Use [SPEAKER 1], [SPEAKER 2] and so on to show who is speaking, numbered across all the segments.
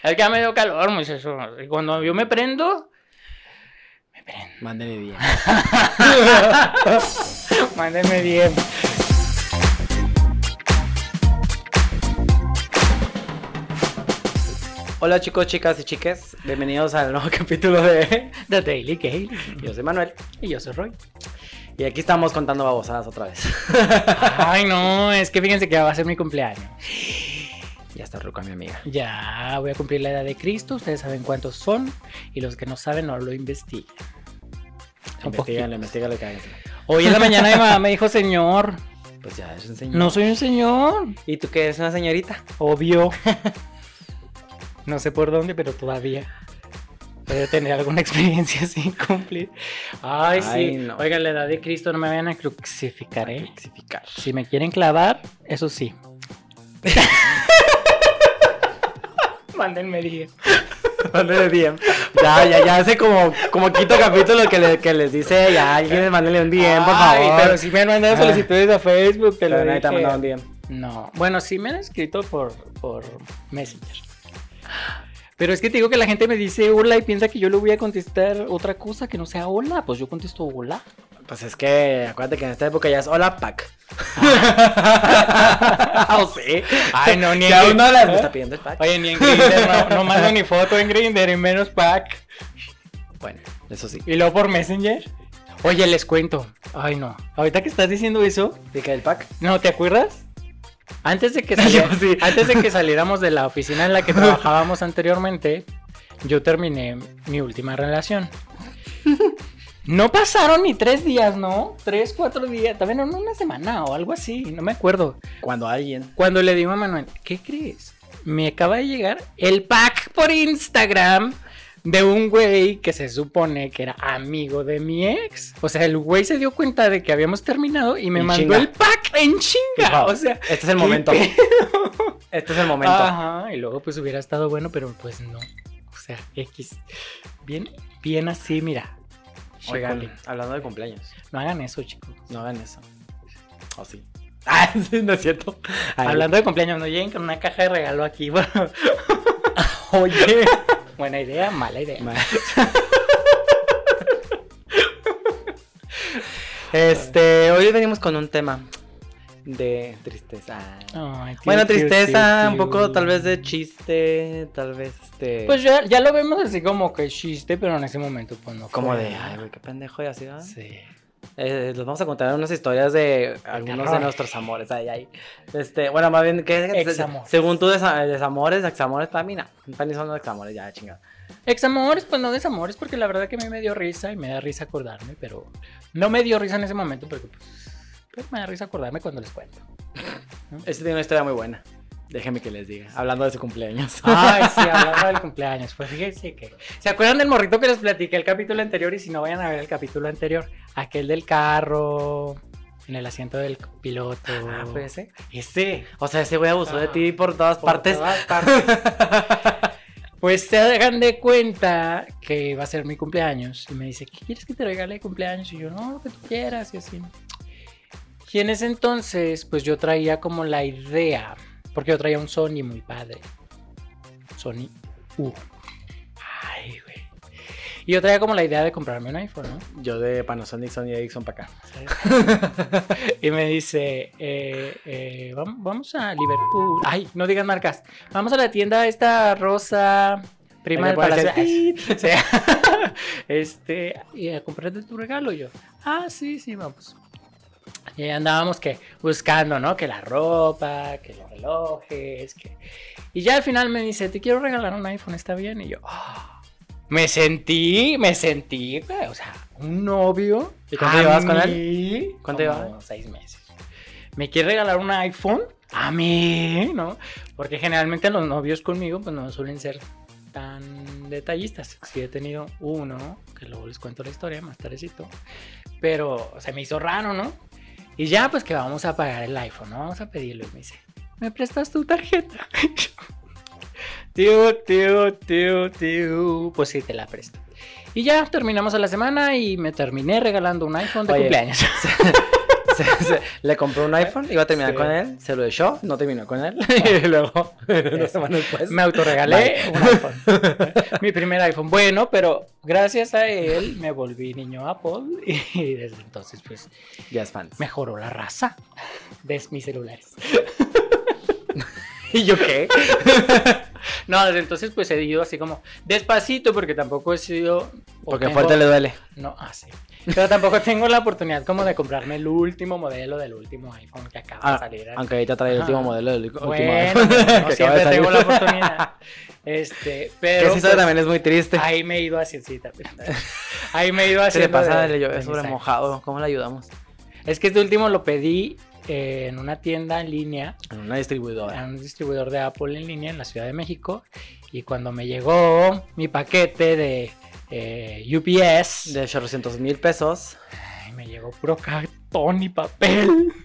[SPEAKER 1] Es que ya me dio calor, muchachos. Y cuando yo me prendo, me prendo.
[SPEAKER 2] Mándeme bien.
[SPEAKER 1] Mándeme bien.
[SPEAKER 2] Hola chicos, chicas y chiques. Bienvenidos al nuevo capítulo de...
[SPEAKER 1] The Daily Gale.
[SPEAKER 2] Yo soy Manuel.
[SPEAKER 1] Y yo soy Roy.
[SPEAKER 2] Y aquí estamos contando babosadas otra vez.
[SPEAKER 1] Ay, no, es que fíjense que va a ser mi cumpleaños.
[SPEAKER 2] ya está ruca mi amiga.
[SPEAKER 1] Ya voy a cumplir la edad de Cristo. Ustedes saben cuántos son. Y los que no saben, no lo investiguen. Son
[SPEAKER 2] Investígale,
[SPEAKER 1] poquitos.
[SPEAKER 2] investigale, cállate.
[SPEAKER 1] Hoy en la mañana mi mamá me dijo, señor.
[SPEAKER 2] Pues ya, es un señor.
[SPEAKER 1] No soy un señor.
[SPEAKER 2] ¿Y tú qué eres una señorita?
[SPEAKER 1] Obvio. No sé por dónde, pero todavía. Debe tener alguna experiencia sin cumplir. Ay, sí.
[SPEAKER 2] Ay, no.
[SPEAKER 1] Oiga, la edad de Cristo no me vayan a crucificar, ¿eh?
[SPEAKER 2] Crucificar.
[SPEAKER 1] Si me quieren clavar, eso sí. Mándenme 10.
[SPEAKER 2] Mándele bien. Ya, ya, ya hace como, como quinto capítulo que, le- que les dice ya alguien, mándele un DM, por
[SPEAKER 1] Ay,
[SPEAKER 2] favor.
[SPEAKER 1] pero si me han mandado
[SPEAKER 2] Ah.
[SPEAKER 1] solicitudes a Facebook, te lo
[SPEAKER 2] Pero nadie te ha
[SPEAKER 1] dije.
[SPEAKER 2] mandado un DM.
[SPEAKER 1] No, bueno, sí me han escrito por, por Messenger. Pero es que te digo que la gente me dice hola y piensa que yo le voy a contestar otra cosa que no sea hola. Pues yo contesto hola.
[SPEAKER 2] Pues es que acuérdate que en esta época ya es hola pack. ¿O sí?
[SPEAKER 1] Ay, no, ni
[SPEAKER 2] Ya
[SPEAKER 1] en-
[SPEAKER 2] uno las-
[SPEAKER 1] ¿Eh?
[SPEAKER 2] me está pidiendo el pack.
[SPEAKER 1] Oye, ni en Grindr, no, no mando ni foto en Grindr y menos pack.
[SPEAKER 2] Bueno, eso sí.
[SPEAKER 1] Y luego por Messenger. Oye, les cuento. Ay, no. Ahorita que estás diciendo eso,
[SPEAKER 2] ¿De qué el pack?
[SPEAKER 1] ¿no te acuerdas? Antes de que, saliera-
[SPEAKER 2] Yo sí.
[SPEAKER 1] antes de que saliéramos de la oficina en la que trabajábamos anteriormente, yo terminé mi última relación. No pasaron ni tres días, ¿no? Tres, cuatro días, también en una semana o algo así, no me acuerdo.
[SPEAKER 2] Cuando alguien.
[SPEAKER 1] Cuando le digo a Manuel, ¿qué crees? Me acaba de llegar el pack por Instagram de un güey que se supone que era amigo de mi ex. O sea, el güey se dio cuenta de que habíamos terminado y me
[SPEAKER 2] En
[SPEAKER 1] mandó
[SPEAKER 2] chinga.
[SPEAKER 1] el pack en chinga.
[SPEAKER 2] Wow.
[SPEAKER 1] O sea,
[SPEAKER 2] Este es el
[SPEAKER 1] ¿qué
[SPEAKER 2] momento.
[SPEAKER 1] pe-
[SPEAKER 2] Este es el momento.
[SPEAKER 1] Ajá, y luego pues hubiera estado bueno, pero pues no. O sea, X. Bien, bien así, mira.
[SPEAKER 2] Oigan,
[SPEAKER 1] Híjole,
[SPEAKER 2] hablando de cumpleaños,
[SPEAKER 1] no hagan eso, chicos.
[SPEAKER 2] no hagan eso. ¿O sí? Ah, sí, no es cierto. Ay,
[SPEAKER 1] Oh, Hablando de cumpleaños, no lleguen con una caja de regalo aquí. Bueno,
[SPEAKER 2] Oye.
[SPEAKER 1] buena idea, mala idea.
[SPEAKER 2] Este, hoy venimos con un tema de tristeza.
[SPEAKER 1] Ay, tío,
[SPEAKER 2] Bueno,
[SPEAKER 1] tío,
[SPEAKER 2] tristeza,
[SPEAKER 1] tío,
[SPEAKER 2] un poco
[SPEAKER 1] tío.
[SPEAKER 2] tal vez de chiste, tal vez este.
[SPEAKER 1] Pues ya, ya lo vemos así como que chiste, pero en ese momento pues no. fue
[SPEAKER 2] como de,
[SPEAKER 1] nada.
[SPEAKER 2] ay, güey, qué pendejo y así, ¿verdad?
[SPEAKER 1] Sí.
[SPEAKER 2] Eh, les vamos a contar unas historias de algunos de
[SPEAKER 1] terror.
[SPEAKER 2] nuestros amores. Ay, ay. Este, bueno, más bien, ¿qué
[SPEAKER 1] Examores.
[SPEAKER 2] Según tú, desa- desamores, examores, para mí, no. Para mí son examores, ya, chingada.
[SPEAKER 1] Examores, pues no desamores, porque la verdad que a mí me dio risa y me da risa acordarme, pero no me dio risa en ese momento, porque pues, pues, me da risa acordarme cuando les cuento.
[SPEAKER 2] Este tiene una historia muy buena. Déjenme que les diga. Hablando de su cumpleaños.
[SPEAKER 1] Ay, sí, hablando del cumpleaños. Pues fíjense que. ¿Se acuerdan del morrito que les platiqué el capítulo anterior? Y si no, vayan a ver el capítulo anterior. Aquel del carro, en el asiento del piloto.
[SPEAKER 2] Ah, fue ese.
[SPEAKER 1] Ese.
[SPEAKER 2] O sea, ese güey abusó de
[SPEAKER 1] Ah.
[SPEAKER 2] ti por todas
[SPEAKER 1] Por
[SPEAKER 2] partes.
[SPEAKER 1] todas partes. pues se hagan de cuenta que va a ser mi cumpleaños y me dice, ¿qué quieres que te regale de cumpleaños? Y yo, no, lo que tú quieras y así. Y en ese entonces, pues yo traía como la idea, porque yo traía un Sony muy padre. Sony U. Ay, güey. Y yo traía como la idea de comprarme un iPhone, ¿no?
[SPEAKER 2] Yo de Panasonic, Sony Ericsson para acá.
[SPEAKER 1] y me dice, eh, eh, vam- vamos a Liverpool. Ay, no digas marcas. Vamos a la tienda esta rosa, prima
[SPEAKER 2] Ahí
[SPEAKER 1] del
[SPEAKER 2] le pones
[SPEAKER 1] palacio.
[SPEAKER 2] el tit.
[SPEAKER 1] O sea, este, y a comprarte tu regalo y yo. Ah, sí, sí, vamos. Y ahí andábamos que buscando, ¿no? Que la ropa, que los relojes, que... Y ya al final me dice, te quiero regalar un iPhone, ¿está bien? Y yo, "Ah". me sentí, me sentí, güey, o sea, un novio.
[SPEAKER 2] ¿Y cuánto llevabas con él?
[SPEAKER 1] él?
[SPEAKER 2] ¿Cuánto
[SPEAKER 1] Como
[SPEAKER 2] llevaban?
[SPEAKER 1] Seis meses. ¿Me quiere regalar un iPhone? A mí, ¿no? Porque generalmente los novios conmigo, pues no suelen ser tan detallistas. Sí he tenido uno, que luego les cuento la historia más tardecito. Pero se me hizo raro, ¿no? Y ya, pues que vamos a pagar el iPhone, ¿no? Vamos a pedirlo. Y me dice, ¿me prestas tu tarjeta? tío, tío, tío, tío. Pues sí, te la presto. Y ya terminamos a la semana y me terminé regalando un iPhone de
[SPEAKER 2] Oye.
[SPEAKER 1] cumpleaños.
[SPEAKER 2] se- se- le compró un iPhone, iba a terminar
[SPEAKER 1] Sí.
[SPEAKER 2] con él, se lo echó, no terminó con él. y luego, una semana después.
[SPEAKER 1] Me autorregalé un iPhone. Mi primer iPhone. Bueno, pero gracias a él me volví niño Apple y desde entonces pues
[SPEAKER 2] Ya es fans.
[SPEAKER 1] mejoró la raza de mis celulares.
[SPEAKER 2] ¿Y yo qué?
[SPEAKER 1] No, desde entonces pues he ido así como despacito porque tampoco he sido... o
[SPEAKER 2] Porque
[SPEAKER 1] tengo-
[SPEAKER 2] fuerte le duele.
[SPEAKER 1] No, ah, sí. Pero tampoco tengo la oportunidad como de comprarme el último modelo del último iPhone que acaba de
[SPEAKER 2] Ah,
[SPEAKER 1] salir.
[SPEAKER 2] aunque ahorita trae el
[SPEAKER 1] Ajá.
[SPEAKER 2] último modelo del último
[SPEAKER 1] Bueno, no
[SPEAKER 2] iPhone que acaba de
[SPEAKER 1] siempre
[SPEAKER 2] salir.
[SPEAKER 1] tengo la oportunidad. Este,
[SPEAKER 2] Que
[SPEAKER 1] pero
[SPEAKER 2] sí, eso
[SPEAKER 1] pues,
[SPEAKER 2] también es muy triste.
[SPEAKER 1] ahí me he ido haciendo, sí, también. ahí me he ido
[SPEAKER 2] Se le
[SPEAKER 1] haciendo.
[SPEAKER 2] pasa
[SPEAKER 1] de-
[SPEAKER 2] le
[SPEAKER 1] de
[SPEAKER 2] llueve
[SPEAKER 1] mis
[SPEAKER 2] sobre
[SPEAKER 1] iPhones.
[SPEAKER 2] mojado. ¿Cómo le ayudamos?
[SPEAKER 1] Es que este último lo pedí eh, en una tienda en línea,
[SPEAKER 2] En una distribuidora.
[SPEAKER 1] a un distribuidor de Apple en línea en la Ciudad de México. Y cuando me llegó mi paquete de eh, UPS,
[SPEAKER 2] De 800 mil pesos.
[SPEAKER 1] ay, me llegó puro cartón y papel.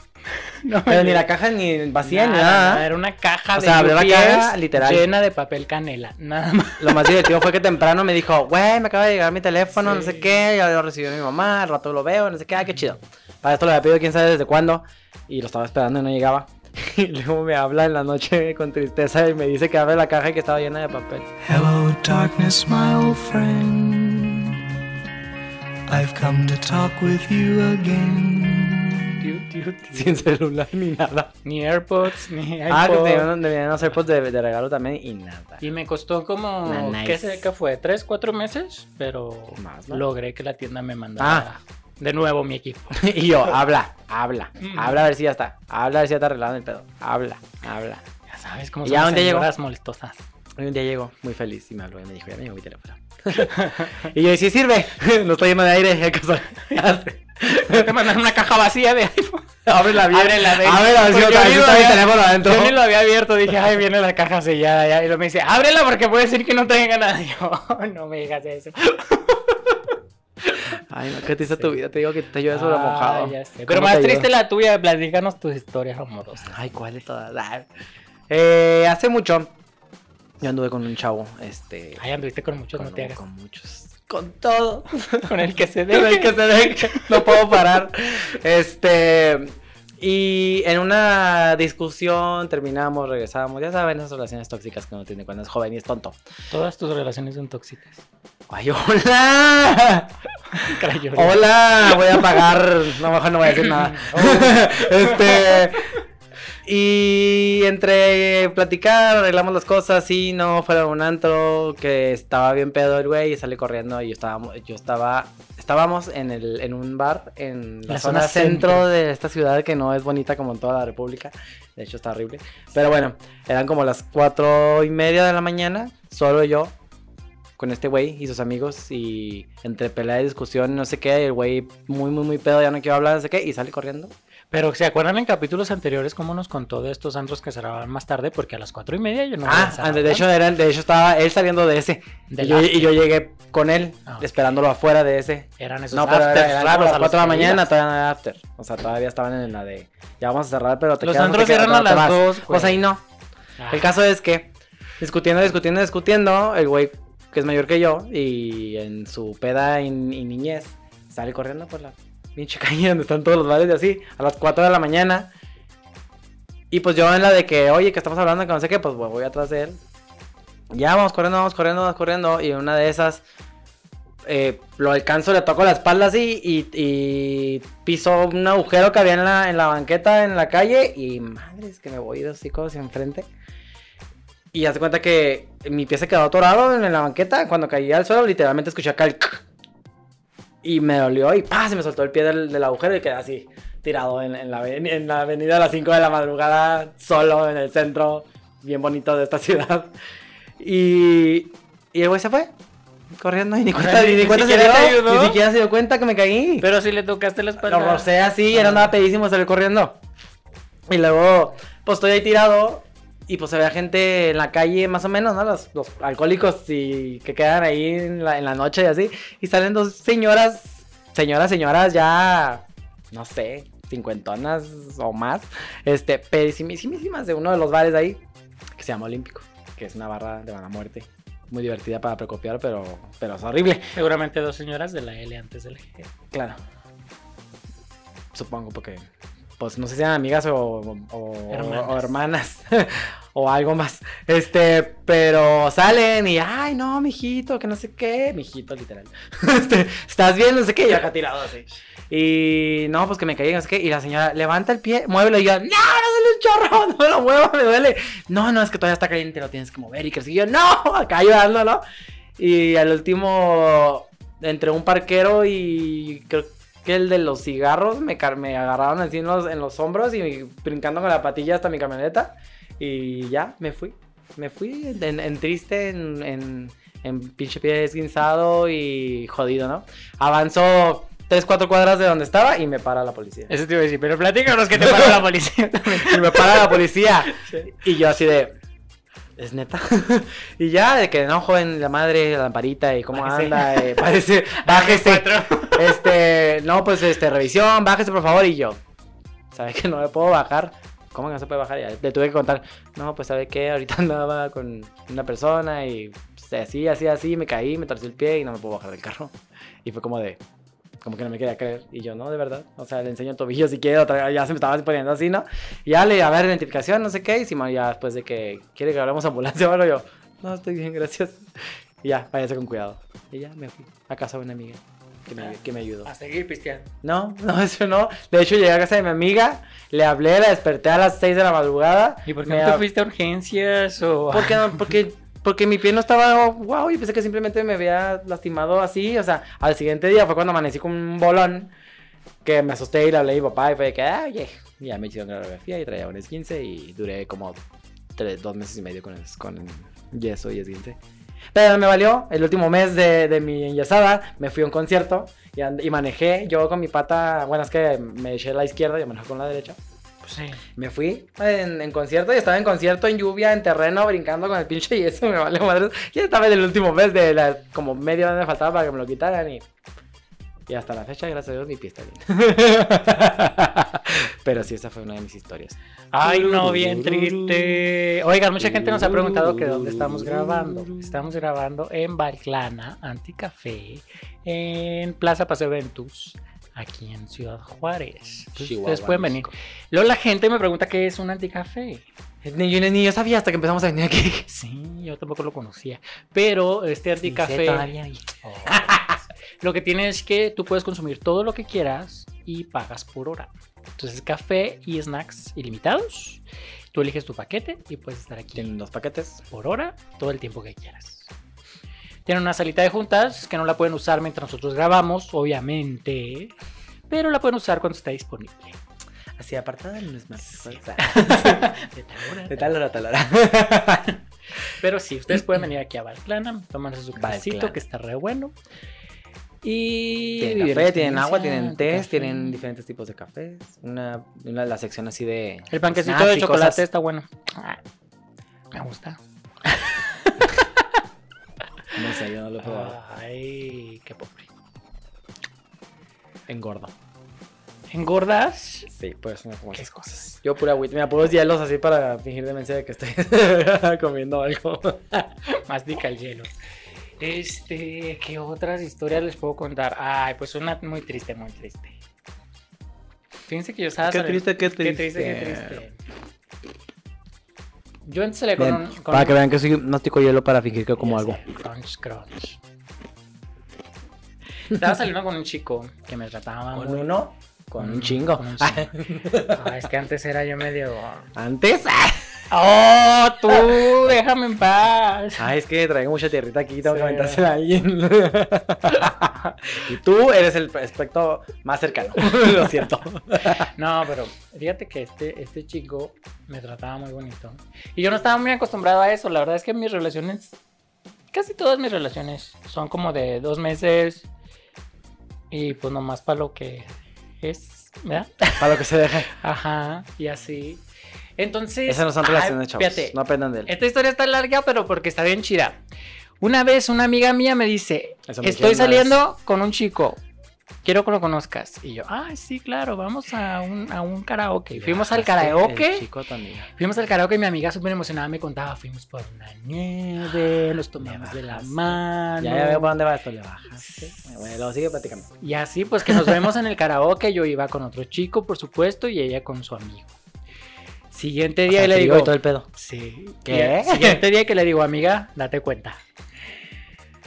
[SPEAKER 1] No
[SPEAKER 2] Pero ni
[SPEAKER 1] llegó
[SPEAKER 2] la caja ni vacía ni
[SPEAKER 1] nada, nada,
[SPEAKER 2] nada.
[SPEAKER 1] Era una caja
[SPEAKER 2] O
[SPEAKER 1] de
[SPEAKER 2] sea, abrió la
[SPEAKER 1] UPS
[SPEAKER 2] caja, literal.
[SPEAKER 1] llena de papel canela, nada más.
[SPEAKER 2] Lo más divertido fue que temprano me dijo, güey, me acaba de llegar mi teléfono, no sé
[SPEAKER 1] Sí.
[SPEAKER 2] qué, ya lo recibió mi mamá, al rato lo veo, no sé qué, ah, qué chido. Para esto lo había pedido quién sabe desde cuándo y lo estaba esperando y no llegaba. Y luego me habla en la noche con tristeza y me dice que abre la caja y que estaba llena de papel.
[SPEAKER 3] Hello, darkness, my old friend. I've come to talk with you again.
[SPEAKER 2] Sin celular ni nada.
[SPEAKER 1] Ni AirPods, ni
[SPEAKER 2] Ah, que
[SPEAKER 1] iPod.
[SPEAKER 2] te dieron- te dieron los AirPods pues de, de regalo también y nada.
[SPEAKER 1] Y me costó como,
[SPEAKER 2] Ah, nice.
[SPEAKER 1] ¿qué sé qué fue? ¿Tres, cuatro meses? Pero
[SPEAKER 2] Más, ¿no? Ah.
[SPEAKER 1] logré que la tienda me mandara de nuevo mi equipo.
[SPEAKER 2] Y yo, habla, habla,
[SPEAKER 1] Mm.
[SPEAKER 2] habla a ver si ya está, habla a ver si ya te arreglaron el pedo, habla, habla.
[SPEAKER 1] Ya sabes cómo
[SPEAKER 2] ¿Y
[SPEAKER 1] son
[SPEAKER 2] a
[SPEAKER 1] las
[SPEAKER 2] dónde llegó?
[SPEAKER 1] señoras molestosas.
[SPEAKER 2] Y un día llegó muy feliz y me habló y me dijo, ya me llegó mi teléfono. y yo, ¿y si sirve? no está lleno de aire, ¿qué cosa?
[SPEAKER 1] Te mandaron una caja vacía de iPhone.
[SPEAKER 2] Ábrela bien.
[SPEAKER 1] Ábrela bien.
[SPEAKER 2] A ver, a ver si
[SPEAKER 1] Porque yo
[SPEAKER 2] otra vez
[SPEAKER 1] ni
[SPEAKER 2] está
[SPEAKER 1] lo
[SPEAKER 2] mi
[SPEAKER 1] había-
[SPEAKER 2] teléfono adentro.
[SPEAKER 1] Yo ni lo había abierto, dije, ay, viene la caja sellada ya. Y luego me dice, ábrela porque puede ser que no tenga nada. Y yo, "Oh, no me digas eso.
[SPEAKER 2] Ay, no, ¿qué te hizo tu vida? Te digo que te llueve sobre
[SPEAKER 1] Ah,
[SPEAKER 2] mojado.
[SPEAKER 1] ya sé.
[SPEAKER 2] ¿Cómo
[SPEAKER 1] Pero más
[SPEAKER 2] te
[SPEAKER 1] triste
[SPEAKER 2] ayudo?
[SPEAKER 1] la tuya, platícanos tus historias amorosas.
[SPEAKER 2] Ay, ¿cuál de todas? Ah. Eh, hace mucho yo anduve con un chavo, este...
[SPEAKER 1] Ay, anduviste con muchos,
[SPEAKER 2] con,
[SPEAKER 1] no te hagas.
[SPEAKER 2] con muchos. Con todo.
[SPEAKER 1] Con el que se
[SPEAKER 2] En el
[SPEAKER 1] debe.
[SPEAKER 2] que se deje, no puedo parar. Este. Y en una discusión terminamos, regresamos. Ya saben, esas relaciones tóxicas que uno tiene cuando es joven y es tonto.
[SPEAKER 1] Todas tus relaciones son tóxicas.
[SPEAKER 2] ¡Ay, hola!
[SPEAKER 1] Crayola.
[SPEAKER 2] ¡Hola! Voy a pagar. No, mejor no voy a decir nada. Este. Y entre platicar, arreglamos las cosas, y no, fueron a un antro, que estaba bien pedo el güey, y sale corriendo, y yo estaba, yo estaba, estábamos en, el, en un bar, en la,
[SPEAKER 1] La
[SPEAKER 2] zona,
[SPEAKER 1] zona
[SPEAKER 2] centro,
[SPEAKER 1] centro.
[SPEAKER 2] de esta ciudad, que no es bonita como en toda la república, de hecho está horrible, pero bueno, eran como las cuatro y media de la mañana, solo yo, con este güey y sus amigos, y entre pelea y discusión, no sé qué, y el güey muy, muy, muy pedo, ya no quiero hablar, no sé qué, y sale corriendo.
[SPEAKER 1] Pero se acuerdan en capítulos anteriores cómo nos contó de estos antros que cerraban más tarde, porque a las cuatro y media yo no
[SPEAKER 2] Ah,
[SPEAKER 1] alcanzaba,
[SPEAKER 2] de hecho, era, de hecho estaba él saliendo de ese.
[SPEAKER 1] Del
[SPEAKER 2] y, yo,
[SPEAKER 1] after.
[SPEAKER 2] y yo llegué con él,
[SPEAKER 1] Ah, ok.
[SPEAKER 2] esperándolo afuera de ese.
[SPEAKER 1] eran esos
[SPEAKER 2] No, pero
[SPEAKER 1] afters
[SPEAKER 2] era, eran como
[SPEAKER 1] raros
[SPEAKER 2] las
[SPEAKER 1] a los
[SPEAKER 2] 4 de la
[SPEAKER 1] que
[SPEAKER 2] mañana,
[SPEAKER 1] ibas.
[SPEAKER 2] todavía no era after. O sea, todavía estaban en la de. Ya vamos a cerrar, pero te
[SPEAKER 1] Los
[SPEAKER 2] quedas, no te
[SPEAKER 1] antros
[SPEAKER 2] quedas,
[SPEAKER 1] eran
[SPEAKER 2] no
[SPEAKER 1] a
[SPEAKER 2] te
[SPEAKER 1] las
[SPEAKER 2] vas".
[SPEAKER 1] dos, güey.
[SPEAKER 2] O sea, y no.
[SPEAKER 1] Ah,
[SPEAKER 2] El caso es que, discutiendo, discutiendo, discutiendo, el güey que es mayor que yo y en su peda y, y niñez sale corriendo por la pinche calle donde están todos los bares y así, a las 4 de la mañana. Y pues yo en la de que, oye, que estamos hablando, que no sé qué, pues voy atrás de él. Ya vamos corriendo, vamos corriendo, vamos corriendo. Y en una de esas, eh, lo alcanzo, le toco la espalda así y, y piso un agujero que había en la, en la banqueta, en la calle. Y madre, es que me voy de hocico hacia enfrente. Y hace cuenta que mi pie se quedó atorado en la banqueta. Cuando caí al suelo, literalmente escuché acá el. Y me dolió y ¡pah! se me soltó el pie del, del agujero y quedé así, tirado en, en la, aven- en la avenida a las 5 de la madrugada, solo en el centro, bien bonito de esta ciudad. Y, y el güey se fue, corriendo y ni cuenta,
[SPEAKER 1] ni-
[SPEAKER 2] ni,
[SPEAKER 1] ni
[SPEAKER 2] cuenta se
[SPEAKER 1] siquiera te
[SPEAKER 2] dio,
[SPEAKER 1] ayudó.
[SPEAKER 2] ni siquiera se dio cuenta que me caí.
[SPEAKER 1] Pero si le tocaste la espalda.
[SPEAKER 2] Lo rocé así, y él andaba pedísimo, salió corriendo. Y luego, pues estoy ahí tirado. Y pues había gente en la calle, más o menos, ¿no? Los, los alcohólicos y que quedan ahí en la, en la noche y así. Y salen dos señoras, señoras, señoras ya, no sé, cincuentonas o más. Este, pedísimísimas de uno de los bares de ahí, que se llama Olímpico, que es una barra de mala muerte. Muy divertida para precopiar, pero, pero es horrible.
[SPEAKER 1] Seguramente dos señoras de la L antes del G.
[SPEAKER 2] Claro. Supongo porque pues no sé si eran amigas o, o- o-
[SPEAKER 1] Hermanas.
[SPEAKER 2] o hermanas, o algo más. Este, pero salen y, ay, no, mijito, que no sé qué, mijito, literal. Este, estás bien, no sé qué, y yo acá tirado así. Y no, pues que me caí, no sé qué. Y la señora levanta el pie, muévelo. Y yo, no, me duele un chorro, no me lo mueva, me duele. No, no, es que todavía está caliente, lo tienes que mover. Y que y yo, no, acá ayudándolo. Y al último, entre un parquero y creo que el de los cigarros, me, car- me agarraron así en los, en los hombros y brincando con la patilla hasta mi camioneta. Y ya, me fui. Me fui en, en triste, en, en, en pinche pie esguinzado y jodido, ¿no? Avanzó 3, 4 cuadras de donde estaba y me para la policía.
[SPEAKER 1] Eso te iba a decir, pero platícanos que te paró la policía.
[SPEAKER 2] Y me para la policía.
[SPEAKER 1] Sí.
[SPEAKER 2] Y yo así de... ¿Es neta? y ya, de que no, joven, la madre, la lamparita y cómo
[SPEAKER 1] Bájese.
[SPEAKER 2] anda. eh, parece, bájese. este, no, pues, este, revisión, bájese, por favor. Y yo, ¿sabe que no me puedo bajar? ¿Cómo que no se puede bajar? Ya, le tuve que contar, no, pues, ¿sabe qué? Ahorita andaba con una persona y pues, así, así, así, me caí, me torcí el pie y no me puedo bajar del carro. Y fue como de, como que no me quería creer. Y yo, no, de verdad. O sea, le enseño el tobillo si quiere, otra- ya se me estaba poniendo así, ¿no? Y ya le, a ver, identificación, no sé qué. Y si ma- ya después de que quiere que hablemos ambulancia, bueno, yo, no, estoy bien, gracias. Y ya, váyase con cuidado. Y ya me fui a casa de una amiga que me, que me ayudó.
[SPEAKER 1] A seguir pisteando.
[SPEAKER 2] No, no, eso no. De hecho, llegué a casa de mi amiga, le hablé, la desperté a las 6 de la madrugada.
[SPEAKER 1] ¿Y por qué
[SPEAKER 2] me
[SPEAKER 1] no te
[SPEAKER 2] ha-
[SPEAKER 1] fuiste a urgencias o...?
[SPEAKER 2] Porque, no, porque, porque mi pie no estaba wow, y pensé que simplemente me había lastimado así. O sea, al siguiente día fue cuando amanecí con un bolón que me asusté y le hablé a mi papá y fue de que, ah, oye, Y ya me hicieron radiografía y traía un esguince y duré como tres, dos meses y medio con, es- con yeso y esguince. Pero me valió, el último mes de, de mi enyesada me fui a un concierto y, and- y manejé yo con mi pata, bueno, es que me eché la izquierda y manejé con la derecha.
[SPEAKER 1] Pues sí.
[SPEAKER 2] Me fui en, en concierto y estaba en concierto, en lluvia, en terreno, brincando con el pinche y eso me vale madre. Ya estaba en el último mes de la, como media hora me faltaba para que me lo quitaran y. Y hasta la fecha, gracias a Dios, mi pie está bien. Pero sí, esa fue una de mis historias.
[SPEAKER 1] Ay, no, bien triste. Oigan, mucha gente nos ha preguntado que dónde estamos grabando. Estamos grabando en Balclana, Anticafé, en Plaza Paseo Ventus, aquí en Ciudad Juárez. Entonces, ustedes pueden venir. Luego la gente me pregunta qué es un anticafé.
[SPEAKER 2] Ni yo, ni yo sabía hasta que empezamos a venir aquí.
[SPEAKER 1] Sí, yo tampoco lo conocía. Pero este anticafé... Oh.
[SPEAKER 2] Ah,
[SPEAKER 1] Lo que tiene es que tú puedes consumir todo lo que quieras y pagas por hora. Entonces, café y snacks ilimitados. Tú eliges tu paquete y puedes estar aquí
[SPEAKER 2] Tienen dos paquetes.
[SPEAKER 1] por hora todo el tiempo que quieras. Tienen una salita de juntas que no la pueden usar mientras nosotros grabamos, obviamente, pero la pueden usar cuando esté disponible.
[SPEAKER 2] Así apartada en los martes.
[SPEAKER 1] Pues, ah, De tal hora,
[SPEAKER 2] De tal hora, tal hora.
[SPEAKER 1] Pero sí, ustedes pueden venir aquí a Valclana, tomarse su cafecito
[SPEAKER 2] Valclana.
[SPEAKER 1] que está re bueno. Y
[SPEAKER 2] Tienen
[SPEAKER 1] vivir la
[SPEAKER 2] café, tienen agua,
[SPEAKER 1] experiencia de
[SPEAKER 2] tienen té,
[SPEAKER 1] café.
[SPEAKER 2] tienen diferentes tipos de cafés. Una, una la sección así de.
[SPEAKER 1] El panquecito
[SPEAKER 2] snacks
[SPEAKER 1] de
[SPEAKER 2] y
[SPEAKER 1] chocolate
[SPEAKER 2] cosas.
[SPEAKER 1] está bueno. Ah, Me gusta.
[SPEAKER 2] No sé, yo no lo he probado.
[SPEAKER 1] Ay, qué pobre.
[SPEAKER 2] Engordo.
[SPEAKER 1] ¿Engordas?
[SPEAKER 2] Sí, pues no como esas
[SPEAKER 1] cosas?
[SPEAKER 2] Yo pura agüita, mira, puros hielos así para fingir demencia de que estoy comiendo algo.
[SPEAKER 1] Mastica el hielo. Este, ¿qué otras historias les puedo contar? Ay, pues una muy triste, muy triste. Fíjense que yo estaba...
[SPEAKER 2] Qué
[SPEAKER 1] saliendo-
[SPEAKER 2] triste, qué
[SPEAKER 1] Qué triste, qué triste. Yo antes salía con un... con
[SPEAKER 2] Para
[SPEAKER 1] un-
[SPEAKER 2] que vean que soy, no estoy con hielo para fingir que como
[SPEAKER 1] Ya
[SPEAKER 2] algo.
[SPEAKER 1] sé, Crunch, crunch. Estaba saliendo con un chico que me trataba muy...
[SPEAKER 2] uno, Ah, con un chingo.
[SPEAKER 1] con un chingo. Ah, es que antes era yo medio...
[SPEAKER 2] Antes.
[SPEAKER 1] ¡Oh, tú! Déjame en paz.
[SPEAKER 2] Ay, es que traigo mucha tierrita aquí, tengo
[SPEAKER 1] Sí.
[SPEAKER 2] que aventársela a alguien. y tú eres el aspecto más cercano, lo siento.
[SPEAKER 1] No, pero fíjate que este, este chico me trataba muy bonito. Y yo no estaba muy acostumbrado a eso. La verdad es que mis relaciones, casi todas mis relaciones, son como de dos meses. Y pues nomás para lo que es, ¿verdad?
[SPEAKER 2] Para lo que se deje.
[SPEAKER 1] Ajá, y así. Entonces.
[SPEAKER 2] Esas no son
[SPEAKER 1] ay,
[SPEAKER 2] relaciones, chavos.
[SPEAKER 1] fíjate,
[SPEAKER 2] No aprendan de él.
[SPEAKER 1] Esta historia está larga, pero porque está bien chida. Una vez una amiga mía me dice,
[SPEAKER 2] Eso me
[SPEAKER 1] estoy
[SPEAKER 2] dijeron una
[SPEAKER 1] saliendo con un chico. quiero que lo conozcas. Y yo, ay, sí, claro, vamos a un, a un karaoke. Fuimos al
[SPEAKER 2] Es que el
[SPEAKER 1] karaoke.
[SPEAKER 2] chico también.
[SPEAKER 1] Fuimos al karaoke y mi amiga súper emocionada me contaba, fuimos por una nieve, nos tomamos de la
[SPEAKER 2] bajaste.
[SPEAKER 1] mano.
[SPEAKER 2] Ya, ya veo para dónde va esto, le bajaste. Bueno, luego sigue platicando.
[SPEAKER 1] Y así, pues que nos vemos en el karaoke. Yo iba con otro chico, por supuesto, y ella con su amigo. Siguiente
[SPEAKER 2] O
[SPEAKER 1] día
[SPEAKER 2] sea,
[SPEAKER 1] y le
[SPEAKER 2] te
[SPEAKER 1] digo,
[SPEAKER 2] y todo el pedo.
[SPEAKER 1] sí,
[SPEAKER 2] ¿Qué?
[SPEAKER 1] y el Siguiente día que le digo, amiga, date cuenta.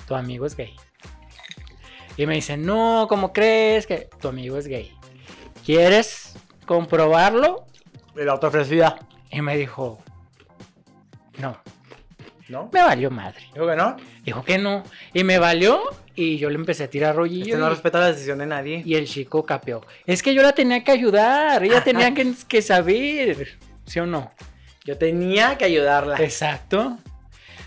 [SPEAKER 1] Tu amigo es gay. Y me dice, no, ¿cómo crees que tu amigo es gay? ¿Quieres comprobarlo?
[SPEAKER 2] Y la otra ofrecida.
[SPEAKER 1] Y me dijo, no,
[SPEAKER 2] ¿No?
[SPEAKER 1] me valió madre.
[SPEAKER 2] Digo que no.
[SPEAKER 1] Dijo que no. Y me valió y yo le empecé a tirar rollillo.
[SPEAKER 2] Este no
[SPEAKER 1] y-
[SPEAKER 2] respeta la decisión de nadie.
[SPEAKER 1] Y el chico capeó. Es que yo la tenía que ayudar, ella tenía que, que saber, ¿sí o no?
[SPEAKER 2] Yo tenía que ayudarla.
[SPEAKER 1] Exacto.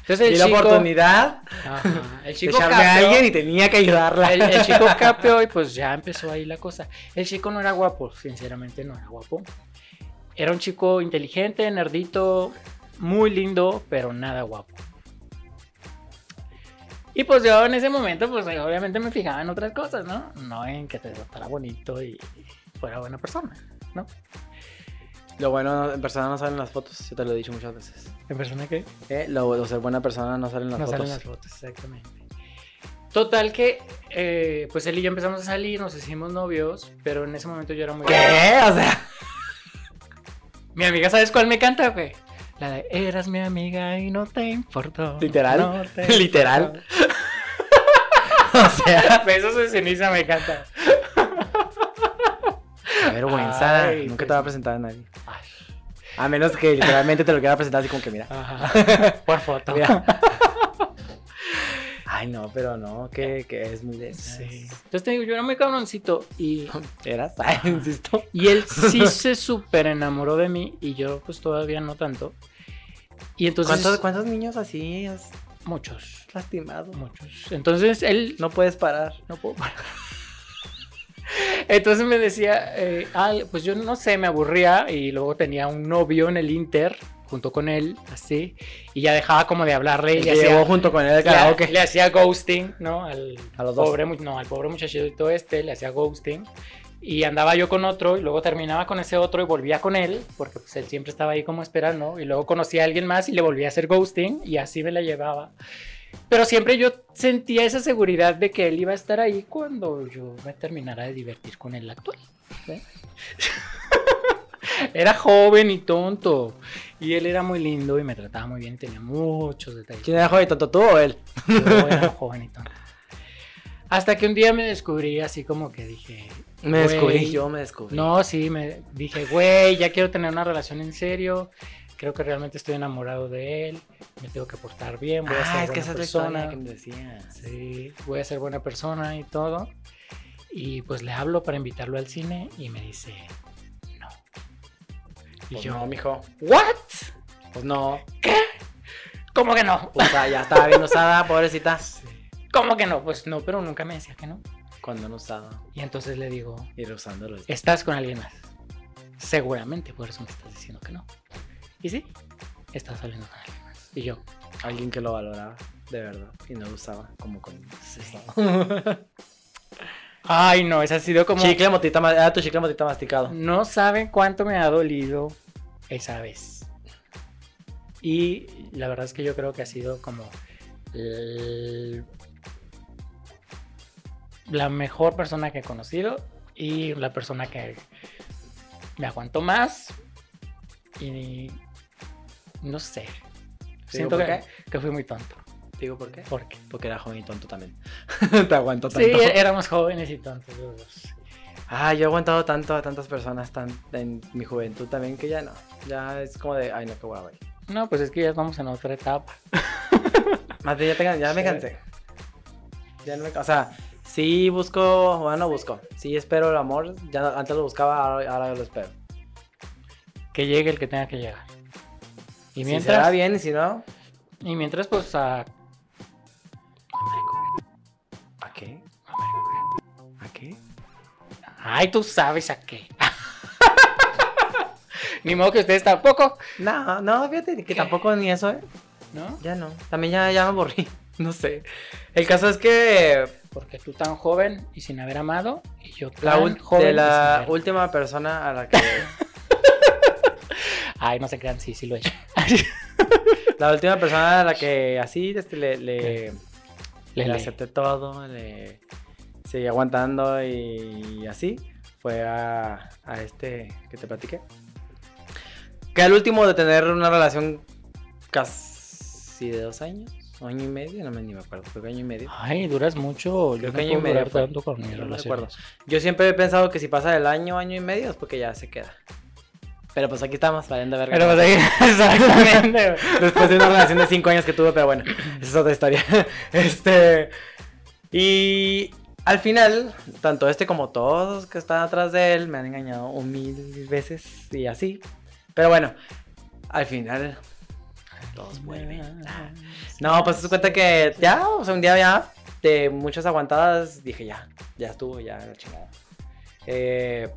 [SPEAKER 1] Entonces el
[SPEAKER 2] Ah. Y la
[SPEAKER 1] chico,
[SPEAKER 2] oportunidad
[SPEAKER 1] Ajá, el
[SPEAKER 2] de
[SPEAKER 1] chico
[SPEAKER 2] echarme a
[SPEAKER 1] capeó,
[SPEAKER 2] alguien y tenía que ayudarla.
[SPEAKER 1] el, el chico capeó y pues ya empezó ahí la cosa. El chico no era guapo, sinceramente no era guapo. Era un chico inteligente, nerdito, muy lindo, pero nada guapo. Y pues yo en ese momento, pues obviamente me fijaba en otras cosas, ¿no? No en que te tratara bonito y fuera buena persona.
[SPEAKER 2] Lo bueno, en persona no salen las fotos. Yo te lo he dicho muchas veces.
[SPEAKER 1] ¿En persona qué?
[SPEAKER 2] Eh, Lo, lo ser buena persona no salen las
[SPEAKER 1] No
[SPEAKER 2] fotos.
[SPEAKER 1] salen las fotos, exactamente. Total que, eh, pues él y yo empezamos a salir, nos hicimos novios, pero en ese momento yo era muy...
[SPEAKER 2] ¿Qué? O sea,
[SPEAKER 1] Mi amiga, ¿sabes cuál me canta, güey? La de, eras mi amiga y no te importó.
[SPEAKER 2] ¿Literal?
[SPEAKER 1] no te
[SPEAKER 2] Literal.
[SPEAKER 1] importó".
[SPEAKER 2] o sea.
[SPEAKER 1] Besos de ceniza me encanta.
[SPEAKER 2] Qué vergüenza.
[SPEAKER 1] Ay,
[SPEAKER 2] Nunca
[SPEAKER 1] pues
[SPEAKER 2] te va a
[SPEAKER 1] sí.
[SPEAKER 2] presentar a nadie.
[SPEAKER 1] Ay,
[SPEAKER 2] A menos que literalmente te lo quiera presentar así como que mira.
[SPEAKER 1] ajá. Por foto.
[SPEAKER 2] mira. Ay, no, pero no, que, que es muy de esas.
[SPEAKER 1] Sí. Entonces te digo, yo era muy cabroncito y,
[SPEAKER 2] ¿Eras? Ay, insisto.
[SPEAKER 1] y él sí se súper enamoró de mí y yo pues todavía no tanto. Y entonces...
[SPEAKER 2] ¿Cuántos, ¿Cuántos niños así has
[SPEAKER 1] Muchos,
[SPEAKER 2] lastimado?
[SPEAKER 1] muchos. Entonces él
[SPEAKER 2] No puedes parar.
[SPEAKER 1] no puedo parar. Entonces me decía, eh, ay, pues yo no sé, me aburría y luego tenía un novio en el Inter junto con él, así, y ya dejaba como de hablarle y
[SPEAKER 2] El
[SPEAKER 1] le
[SPEAKER 2] que llevó
[SPEAKER 1] hacía,
[SPEAKER 2] junto con él al
[SPEAKER 1] le-
[SPEAKER 2] karaoke.
[SPEAKER 1] le hacía ghosting, ¿no? Al
[SPEAKER 2] A los dos.
[SPEAKER 1] pobre, mu- no, al pobre muchachito este le hacía ghosting y andaba yo con otro y luego terminaba con ese otro y volvía con él porque pues él siempre estaba ahí como esperando y luego conocía a alguien más y le volvía a hacer ghosting y así me la llevaba. Pero siempre yo sentía esa seguridad de que él iba a estar ahí cuando yo me terminara de divertir con el actual. ¿sí? era joven y tonto. Y él era muy lindo y me trataba muy bien y tenía muchos detalles.
[SPEAKER 2] ¿Quién era joven, tanto tú o él?
[SPEAKER 1] Yo era joven y tonto. Hasta que un día me descubrí así como que dije...
[SPEAKER 2] Me descubrí.
[SPEAKER 1] "Güey,
[SPEAKER 2] Yo me descubrí.
[SPEAKER 1] No, sí, me dije, güey, ya quiero tener una relación en serio. Creo que realmente estoy enamorado de él. Me tengo que portar bien, voy a ser
[SPEAKER 2] ah, es
[SPEAKER 1] buena
[SPEAKER 2] que esa es la
[SPEAKER 1] persona.
[SPEAKER 2] historia que me decías.
[SPEAKER 1] Sí, voy a ser buena persona y todo. Y pues le hablo para invitarlo al cine y me dice, no. Y
[SPEAKER 2] Pues
[SPEAKER 1] yo,
[SPEAKER 2] no, mijo.
[SPEAKER 1] ¿what?
[SPEAKER 2] Pues no.
[SPEAKER 1] ¿Cómo que no?
[SPEAKER 2] O sea, ya estaba bien usada, pobrecita.
[SPEAKER 1] ¿Cómo que no? Pues no, pero nunca me decía que no.
[SPEAKER 2] Cuando no usaba.
[SPEAKER 1] Y entonces le digo,
[SPEAKER 2] Ir usándolo.
[SPEAKER 1] estás con alguien más. Seguramente por eso me estás diciendo que no. Y sí, estás saliendo con alguien más. Y yo,
[SPEAKER 2] Alguien que lo valoraba, de verdad. Y no lo usaba como con.
[SPEAKER 1] sí. Ay, no, esa ha sido como...
[SPEAKER 2] Chicle motita, ma- era tu chicle motita masticado.
[SPEAKER 1] No saben cuánto me ha dolido esa vez. Y la verdad es que yo creo que ha sido como el- la mejor persona que he conocido y la persona que me aguantó más. Y no sé. Siento
[SPEAKER 2] por
[SPEAKER 1] que, que fui muy tonto.
[SPEAKER 2] Digo, ¿por qué?
[SPEAKER 1] ¿Por qué?
[SPEAKER 2] Porque era joven y tonto también. Te aguanto tanto.
[SPEAKER 1] Sí, éramos jóvenes y tontos. los dos.
[SPEAKER 2] Ah, yo he aguantado tanto a tantas personas tan, en mi juventud también que ya no. Ya es como de, ay, no, qué guay, güey.
[SPEAKER 1] No, pues es que ya estamos en otra etapa.
[SPEAKER 2] Más bien, ya, te can- ya me
[SPEAKER 1] Sí.
[SPEAKER 2] cansé. Ya no me, ca- o sea, sí busco, bueno, no busco. Sí espero el amor. Ya no- antes lo buscaba, ahora, ahora lo espero.
[SPEAKER 1] Que llegue el que tenga que llegar. Y
[SPEAKER 2] Si se da
[SPEAKER 1] mientras,
[SPEAKER 2] bien y si no,
[SPEAKER 1] Y mientras, pues a.
[SPEAKER 2] ¿a qué? ¿A qué?
[SPEAKER 1] Ay, tú sabes a qué. Ni modo que ustedes tampoco,
[SPEAKER 2] No, no, fíjate que
[SPEAKER 1] ¿Qué?
[SPEAKER 2] tampoco ni eso, ¿eh?
[SPEAKER 1] ¿no?
[SPEAKER 2] Ya no. También ya, ya me aburrí. No sé. El caso es que
[SPEAKER 1] Porque tú tan joven y sin haber amado, y yo tan
[SPEAKER 2] La ul-
[SPEAKER 1] joven.
[SPEAKER 2] de
[SPEAKER 1] y
[SPEAKER 2] la
[SPEAKER 1] sin haber-
[SPEAKER 2] última persona a la que.
[SPEAKER 1] Ay, no se crean, sí, sí lo he hecho.
[SPEAKER 2] la última persona a la que así este, le, le,
[SPEAKER 1] Le-
[SPEAKER 2] le
[SPEAKER 1] le-
[SPEAKER 2] acepté todo, le seguí aguantando y así. Fue a, a este que te platiqué. Que al último de tener una relación casi de dos años, año y medio, no me ni me acuerdo, creo que año y medio.
[SPEAKER 1] Ay, duras mucho.
[SPEAKER 2] Creo
[SPEAKER 1] yo
[SPEAKER 2] que
[SPEAKER 1] no
[SPEAKER 2] año y
[SPEAKER 1] puedo
[SPEAKER 2] medio
[SPEAKER 1] durar
[SPEAKER 2] fue.
[SPEAKER 1] tanto con mis
[SPEAKER 2] Yo no
[SPEAKER 1] relaciones.
[SPEAKER 2] recuerdo. Yo siempre he pensado que si pasa el año, año y medio es porque ya se queda. Pero pues aquí estamos, valiendo verga.
[SPEAKER 1] Pero pues ahí, exactamente. güey.
[SPEAKER 2] Después de una relación de 5 años que tuve, pero bueno, esa es otra historia. Este. Y al final, tanto este como todos que están atrás de él me han engañado un mil veces y así. Pero bueno, al final, todos vuelven. No, pues te das cuenta que ya, o sea, un día ya, de muchas aguantadas, dije ya, ya estuvo, ya la chingada. Eh,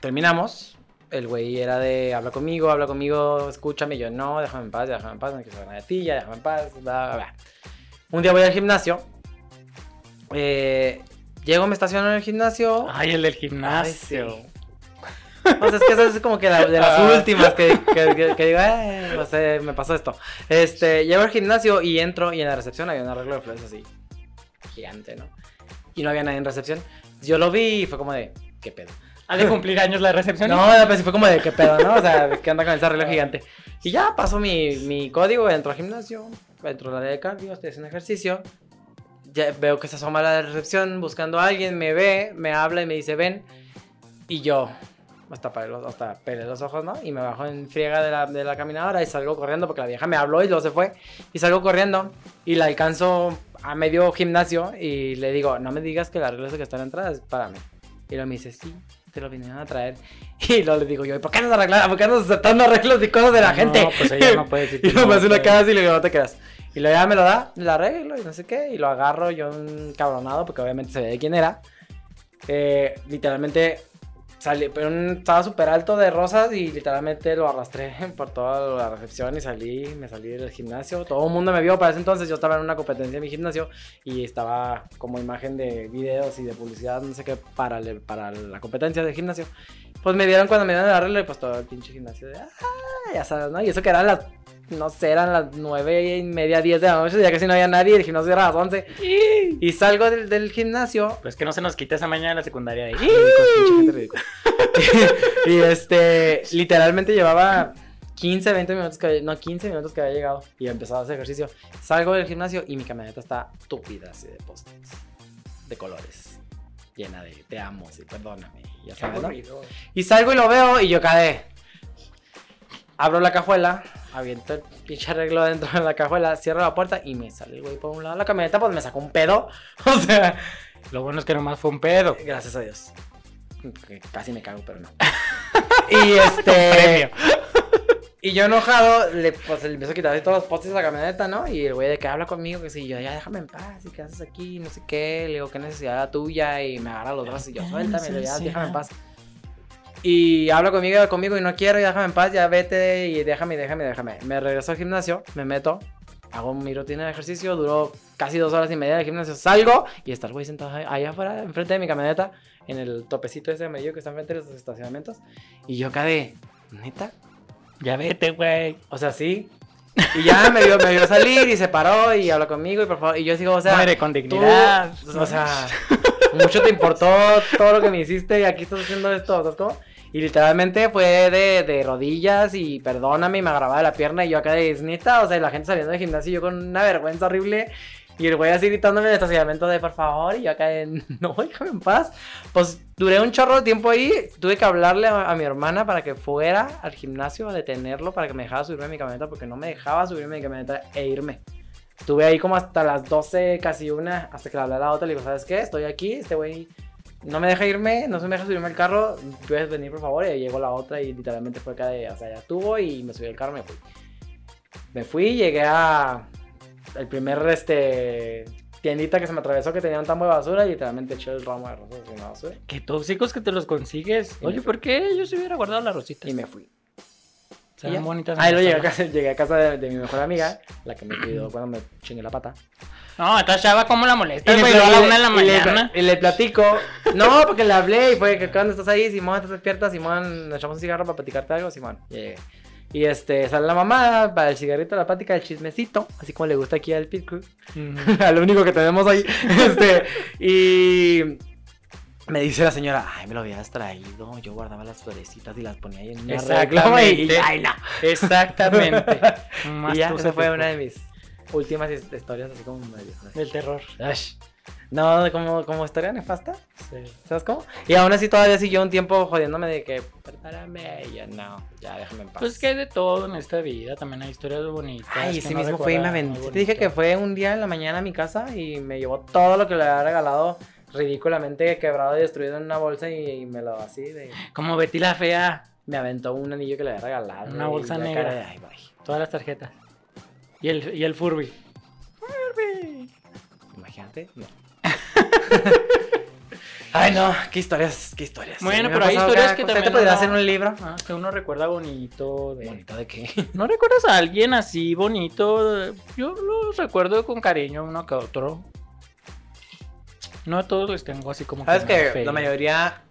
[SPEAKER 2] terminamos. El güey era de habla conmigo, habla conmigo, escúchame. Yo no, déjame en paz, déjame en paz, no quiero saber nada de ti, ya déjame en paz, bla, bla, bla. Un día voy al gimnasio. eh, llego, me estaciono en el gimnasio.
[SPEAKER 1] Ay, el del
[SPEAKER 2] Ay,
[SPEAKER 1] gimnasio.
[SPEAKER 2] sí. O sea, es que esa es como que la- de las
[SPEAKER 1] Ah.
[SPEAKER 2] últimas que, que- que- que digo, eh, no sé, me pasó esto. Este, llego al gimnasio y entro y en la recepción había un arreglo de flores así, gigante, ¿no? Y no había nadie en recepción. Yo lo vi y fue como de, ¿qué pedo?
[SPEAKER 1] Ha de cumplir años la recepción.
[SPEAKER 2] No, pues fue como de, ¿qué pedo, no? O sea, ¿qué anda con ese arreglo gigante? Y ya paso mi, mi código, entro al gimnasio, entro al área de cardio, estoy haciendo ejercicio. Ya veo que se asoma a la recepción buscando a alguien, me ve, me habla y me dice, ven. Y yo, hasta pelé los, hasta pelé los ojos, ¿no? Y me bajo en friega de la, de la caminadora y salgo corriendo porque la vieja me habló y luego se fue. Y salgo corriendo y la alcanzo a medio gimnasio y le digo, no me digas que la regla es que está en la entrada es para mí. Y luego me dice, sí, te lo vinieron a traer. Y luego le digo yo, ¿y por qué andas arreglando? ¿Por qué andas aceptando arreglos y cosas de la gente?
[SPEAKER 1] No, pues ella no puede decir.
[SPEAKER 2] Y
[SPEAKER 1] que
[SPEAKER 2] lo
[SPEAKER 1] no,
[SPEAKER 2] me hace una
[SPEAKER 1] güey.
[SPEAKER 2] cara así y le digo, no te creas. Y luego ya me lo da, me lo arreglo y no sé qué. Y lo agarro yo un cabronado porque obviamente se ve de quién era. Eh, literalmente salí, pero un- estaba súper alto de rosas y literalmente lo arrastré por toda la recepción y salí, me salí del gimnasio. Todo el mundo me vio para ese entonces. Yo estaba en una competencia en mi gimnasio y estaba como imagen de videos y de publicidad, no sé qué, para, el- para la competencia del gimnasio. Pues me vieron cuando me dieron el arreglo y pues todo el pinche gimnasio de, "Ah", ya sabes, ¿no? Y eso que eran las, no sé, eran las nueve y media, diez de la noche, ya casi no había nadie, el gimnasio era a las once. Y salgo del, del gimnasio
[SPEAKER 1] Pues que no se nos quita esa mañana de la secundaria. ahí.
[SPEAKER 2] y este, literalmente llevaba 15, 20 minutos que había- no, 15 minutos que había llegado y empezaba a hacer ejercicio. Salgo del gimnasio y mi camioneta está tupida así de post de colores, llena de te amo, sí, perdóname, ya
[SPEAKER 1] Qué
[SPEAKER 2] sabes, ¿no?
[SPEAKER 1] aburrido.
[SPEAKER 2] Y salgo y lo veo y yo cae. Abro la cajuela, aviento el pinche arreglo dentro de la cajuela, cierro la puerta y me sale el güey por un lado de la camioneta, pues me sacó un pedo. O sea,
[SPEAKER 1] Lo bueno es que nomás fue un pedo.
[SPEAKER 2] Gracias a Dios. Que Casi me cago, pero no. y este. y yo enojado, le, pues, le empiezo a quitar así todos los postes de la camioneta, ¿no? Y el güey de que habla conmigo, que sí, yo, ya déjame en paz, y qué haces aquí, no sé qué, le digo, qué necesidad la tuya, y me agarra los brazos y yo, suéltame, le digo, ya déjame en paz. Y habla conmigo, habla conmigo, y no quiero, y déjame en paz, ya vete, y déjame, déjame, déjame. Me regreso al gimnasio, me meto, hago mi rutina de ejercicio, duró casi dos horas y media en el gimnasio, salgo y está el güey sentado ahí- allá afuera, enfrente de mi camioneta, en el topecito ese medio que está enfrente de los estacionamientos, y yo acá de, ¿neta?
[SPEAKER 1] Ya vete, güey.
[SPEAKER 2] O sea, sí. Y ya me vio, me vio salir y se paró y habló conmigo y por favor, y yo digo, o sea,
[SPEAKER 1] Muere con
[SPEAKER 2] tú,
[SPEAKER 1] dignidad.
[SPEAKER 2] o sea, mucho te importó todo lo que me hiciste y aquí estás haciendo esto, ¿sabes cómo? Y literalmente fue de, de rodillas y perdóname y me agarraba de la pierna y yo acá de neta, o sea, y la gente saliendo del gimnasio y yo con una vergüenza horrible y el güey así gritándome en el estacionamiento de por favor y yo acá de no, déjame en paz. Pues duré un chorro de tiempo ahí, tuve que hablarle a, a mi hermana para que fuera al gimnasio a detenerlo para que me dejara subirme a mi camioneta porque no me dejaba subirme a mi camioneta e irme. Estuve ahí como hasta las 12, casi una, hasta que le hablé a la otra. Le digo, ¿sabes qué? Estoy aquí, este güey no me deja irme, no se me deja subirme al carro. Puedes venir, por favor. Y ahí llegó la otra y literalmente fue acá de, o sea, ya estuvo y me subí al carro y me fui. Me fui, llegué a el primer, este, tiendita que se me atravesó que tenía un tambo de basura y literalmente eché el ramo de rosas en la basura
[SPEAKER 1] Qué tóxicos que te los consigues.
[SPEAKER 2] Y me
[SPEAKER 1] Oye,
[SPEAKER 2] fui.
[SPEAKER 1] ¿por qué yo se hubiera guardado las rositas?
[SPEAKER 2] y me fui.
[SPEAKER 1] Se ven
[SPEAKER 2] ya.
[SPEAKER 1] bonitas.
[SPEAKER 2] Ahí lo
[SPEAKER 1] en
[SPEAKER 2] llegué
[SPEAKER 1] la
[SPEAKER 2] a casa, llegué a casa de, de mi mejor amiga, la que me cuidó cuando me chingué la pata.
[SPEAKER 1] No, esta chava, ¿cómo la molestas,
[SPEAKER 2] le
[SPEAKER 1] güey? Luego a la
[SPEAKER 2] pla-
[SPEAKER 1] una de la
[SPEAKER 2] y le-
[SPEAKER 1] mañana.
[SPEAKER 2] y le platico. No, porque le hablé y fue que cuando estás ahí, Simón, estás despierta, Simón, nos echamos un cigarro para platicarte algo, Simón. Ya llegué. Y este, sale la mamada para el cigarrito, la plática, el chismecito, así como le gusta aquí al Pitbull.
[SPEAKER 1] Ujú.
[SPEAKER 2] a lo único que tenemos ahí. Este, y me dice la señora, ay, me lo habías traído. Yo guardaba las florecitas y las ponía ahí en una reclama y, y,
[SPEAKER 1] Exactamente.
[SPEAKER 2] ay, no.
[SPEAKER 1] Exactamente. Más
[SPEAKER 2] Y ya,
[SPEAKER 1] tú
[SPEAKER 2] esa
[SPEAKER 1] sabes,
[SPEAKER 2] fue
[SPEAKER 1] güey.
[SPEAKER 2] una de mis últimas his- historias, así como medio-
[SPEAKER 1] Del terror.
[SPEAKER 2] Ash. No, como, como historia nefasta,
[SPEAKER 1] Sí.
[SPEAKER 2] ¿sabes cómo? Y aún así todavía siguió un tiempo jodiéndome de que, prepárame, y yo, no, ya déjame en paz.
[SPEAKER 1] Pues que hay de todo en esta vida. También hay historias bonitas.
[SPEAKER 2] Ay,
[SPEAKER 1] que
[SPEAKER 2] ese
[SPEAKER 1] no
[SPEAKER 2] mismo fue y me
[SPEAKER 1] recuerdas, muy
[SPEAKER 2] aventó. Te dije que
[SPEAKER 1] bonito.
[SPEAKER 2] fue un día en la mañana a mi casa y me llevó todo lo que le había regalado ridículamente quebrado y destruido en una bolsa y, y me lo así de...
[SPEAKER 1] Como Betty la Fea.
[SPEAKER 2] Me aventó un anillo que le había regalado.
[SPEAKER 1] Una
[SPEAKER 2] y
[SPEAKER 1] bolsa
[SPEAKER 2] la
[SPEAKER 1] negra.
[SPEAKER 2] cara de, "Ay, bye".
[SPEAKER 1] Todas las tarjetas. Y el, y el Furby.
[SPEAKER 2] Imagínate. no. Ay, no, qué historias, qué historias.
[SPEAKER 1] Bueno,
[SPEAKER 2] A mí me
[SPEAKER 1] pero
[SPEAKER 2] ha
[SPEAKER 1] hay
[SPEAKER 2] pasado
[SPEAKER 1] historias
[SPEAKER 2] cada
[SPEAKER 1] que
[SPEAKER 2] cosa.
[SPEAKER 1] también
[SPEAKER 2] te podría
[SPEAKER 1] uno-
[SPEAKER 2] hacer un libro.
[SPEAKER 1] Ah, que uno recuerda bonito. de-
[SPEAKER 2] Bonito de qué.
[SPEAKER 1] ¿No recuerdas a alguien así bonito? Yo los recuerdo con cariño uno que otro. No a todos les tengo así como
[SPEAKER 2] Sabes
[SPEAKER 1] una
[SPEAKER 2] que
[SPEAKER 1] fe.
[SPEAKER 2] la mayoría,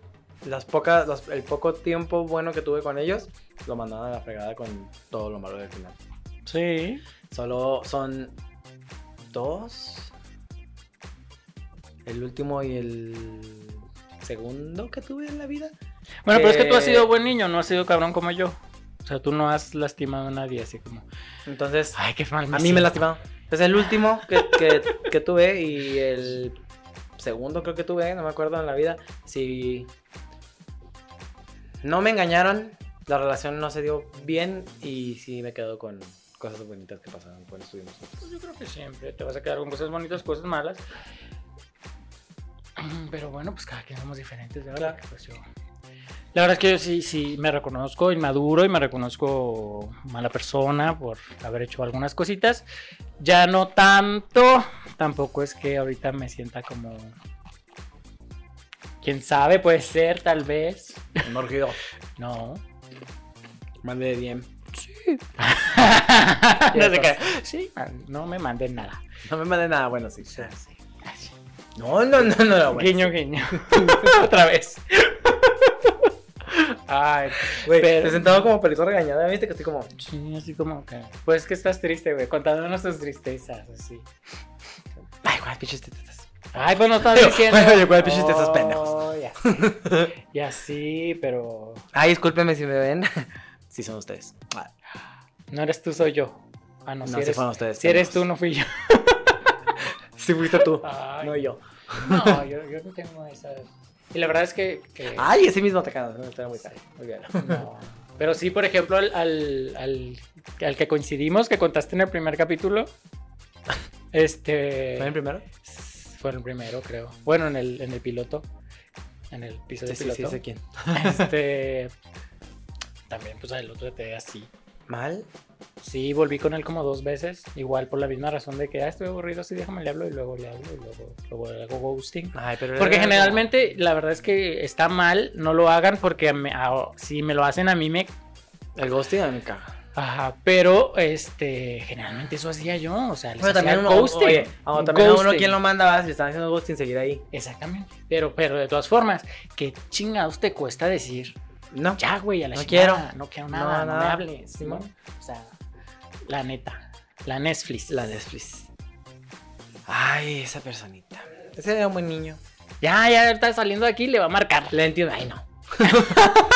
[SPEAKER 2] las pocas, los- el poco tiempo bueno que tuve con ellos, lo mandaron a la fregada con todo lo malo del final.
[SPEAKER 1] Sí.
[SPEAKER 2] Solo son dos. El último y el segundo que tuve en la vida.
[SPEAKER 1] Bueno, pero es que tú has
[SPEAKER 2] Eh,
[SPEAKER 1] sido buen niño, no has sido cabrón como yo. O sea, tú no has lastimado a nadie así como.
[SPEAKER 2] Entonces,
[SPEAKER 1] Ay, qué mal.
[SPEAKER 2] a mí me lastimaron. Es el último que, que- que tuve y el segundo creo que tuve, no me acuerdo en la vida. Si no me engañaron, la relación no se dio bien y sí me quedo con cosas bonitas que pasaron cuando estuvimos. juntos.
[SPEAKER 1] Pues yo creo que siempre te vas a quedar con cosas bonitas, cosas malas. Pero bueno, pues cada quien somos diferentes, ¿verdad?
[SPEAKER 2] Claro.
[SPEAKER 1] Porque, pues, yo- La verdad es que yo sí, sí me reconozco inmaduro y me reconozco mala persona por haber hecho algunas cositas. Ya no tanto. Tampoco es que ahorita me sienta como. Quién sabe, puede ser, tal vez.
[SPEAKER 2] Un orgullo.
[SPEAKER 1] No.
[SPEAKER 2] Mandé bien.
[SPEAKER 1] no,
[SPEAKER 2] Ya
[SPEAKER 1] se
[SPEAKER 2] estás.
[SPEAKER 1] crea. Sí, man, no me manden nada.
[SPEAKER 2] No me mandé nada, bueno, sí.
[SPEAKER 1] Ay, sí.
[SPEAKER 2] No, no, no, no, no, güey.
[SPEAKER 1] Guiño, guiño. Otra vez. Ay,
[SPEAKER 2] Güey,
[SPEAKER 1] Pero-
[SPEAKER 2] te sentaba como película regañada, viste que estoy como.
[SPEAKER 1] sí, así como que. Pues que estás triste, güey. Contándonos tus tristezas, así.
[SPEAKER 2] Ay, cuál pinches tetas.
[SPEAKER 1] Ay, pues no estás
[SPEAKER 2] Digo,
[SPEAKER 1] diciendo.
[SPEAKER 2] bueno, yo cuál pinches tetas, pendejos.
[SPEAKER 1] Oh, Ya sí. Ya sí, pero.
[SPEAKER 2] Ay, discúlpenme si me ven. Sí, son ustedes. Ah,
[SPEAKER 1] No eres tú, soy yo. Ah, no,
[SPEAKER 2] No,
[SPEAKER 1] si
[SPEAKER 2] sí
[SPEAKER 1] eres,
[SPEAKER 2] fueron ustedes.
[SPEAKER 1] si eres tú,
[SPEAKER 2] pendejos.
[SPEAKER 1] no fui yo.
[SPEAKER 2] Sí, fuiste tú.
[SPEAKER 1] Ay,
[SPEAKER 2] No yo.
[SPEAKER 1] no, yo, yo no tengo esa. Y la verdad es que. que-
[SPEAKER 2] Ay, ese mismo atacado. No, estaba muy tarde. Muy bien.
[SPEAKER 1] No. Pero sí, por ejemplo, al, al, al- al que coincidimos, que contaste en el primer capítulo. Este.
[SPEAKER 2] ¿Fue el primero?
[SPEAKER 1] Fue el primero, creo. Bueno, en el, en el piloto. En el piso de piloto.
[SPEAKER 2] quién.
[SPEAKER 1] Este. También, pues el otro te así.
[SPEAKER 2] ¿Mal?
[SPEAKER 1] Sí, volví con él como dos veces. Igual por la misma razón de que, ah, estoy aburrido, sí, déjame le hablo y luego le hablo y luego, luego le hago ghosting.
[SPEAKER 2] Ay, pero.
[SPEAKER 1] Porque
[SPEAKER 2] era algo-
[SPEAKER 1] generalmente, la verdad es que está mal, no lo hagan porque a mí- a- si me lo hacen a mí me
[SPEAKER 2] El ghosting a mi caja.
[SPEAKER 1] Ajá, pero este, generalmente eso hacía yo, o sea, les
[SPEAKER 2] Pero
[SPEAKER 1] hacía
[SPEAKER 2] también uno.
[SPEAKER 1] ghosting.
[SPEAKER 2] Oye, ah, también a uno
[SPEAKER 1] ghosting.
[SPEAKER 2] quien lo manda, va. Si están haciendo ghosting, seguir ahí.
[SPEAKER 1] Exactamente, pero, pero de todas formas, ¿qué chingados te cuesta decir?
[SPEAKER 2] No.
[SPEAKER 1] Ya, güey, a la
[SPEAKER 2] No
[SPEAKER 1] chingada,
[SPEAKER 2] quiero.
[SPEAKER 1] No quiero
[SPEAKER 2] No,
[SPEAKER 1] nada, no, me
[SPEAKER 2] nada.
[SPEAKER 1] hables, Simón. O sea, la neta, la Netflix.
[SPEAKER 2] La Netflix. Ay, esa personita. Ese era un buen niño.
[SPEAKER 1] Ya, ya está saliendo de aquí, le va a marcar.
[SPEAKER 2] Le entiendo. Ay, no.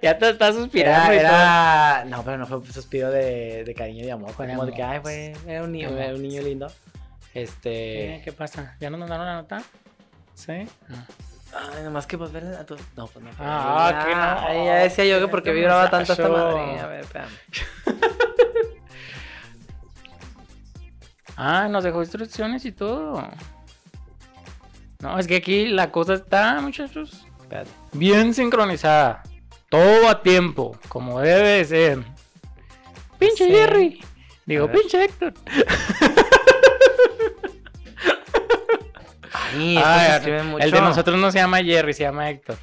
[SPEAKER 1] Ya te está suspirando
[SPEAKER 2] Era,
[SPEAKER 1] y todo.
[SPEAKER 2] era... No, pero no fue un suspiro de, de cariño y de amor. Fue
[SPEAKER 1] De
[SPEAKER 2] como de
[SPEAKER 1] amor.
[SPEAKER 2] que, ay, güey, era un niño,
[SPEAKER 1] De amor.
[SPEAKER 2] era un niño lindo. Este.
[SPEAKER 1] Eh, ¿Qué pasa? ¿Ya nos mandaron la nota? ¿Sí? Ah.
[SPEAKER 2] Ay, nomás que pues ver a tu. No, pues no.
[SPEAKER 1] Ah, que no.
[SPEAKER 2] Ay, ya decía yo que porque
[SPEAKER 1] Este
[SPEAKER 2] vibraba tanto esta
[SPEAKER 1] muchacho.
[SPEAKER 2] madre. A ver, espérame.
[SPEAKER 1] Ah, nos dejó instrucciones y todo. No, es que aquí la cosa está, muchachos,
[SPEAKER 2] Espérate.
[SPEAKER 1] bien sincronizada. Todo a tiempo, como debe de ser. Pinche
[SPEAKER 2] Sí.
[SPEAKER 1] Jerry. Digo,
[SPEAKER 2] A ver.
[SPEAKER 1] pinche Héctor.
[SPEAKER 2] Ay,
[SPEAKER 1] Ay,
[SPEAKER 2] estos
[SPEAKER 1] ar-
[SPEAKER 2] escriben mucho.
[SPEAKER 1] Ah, El de nosotros no se llama Jerry, se llama Héctor.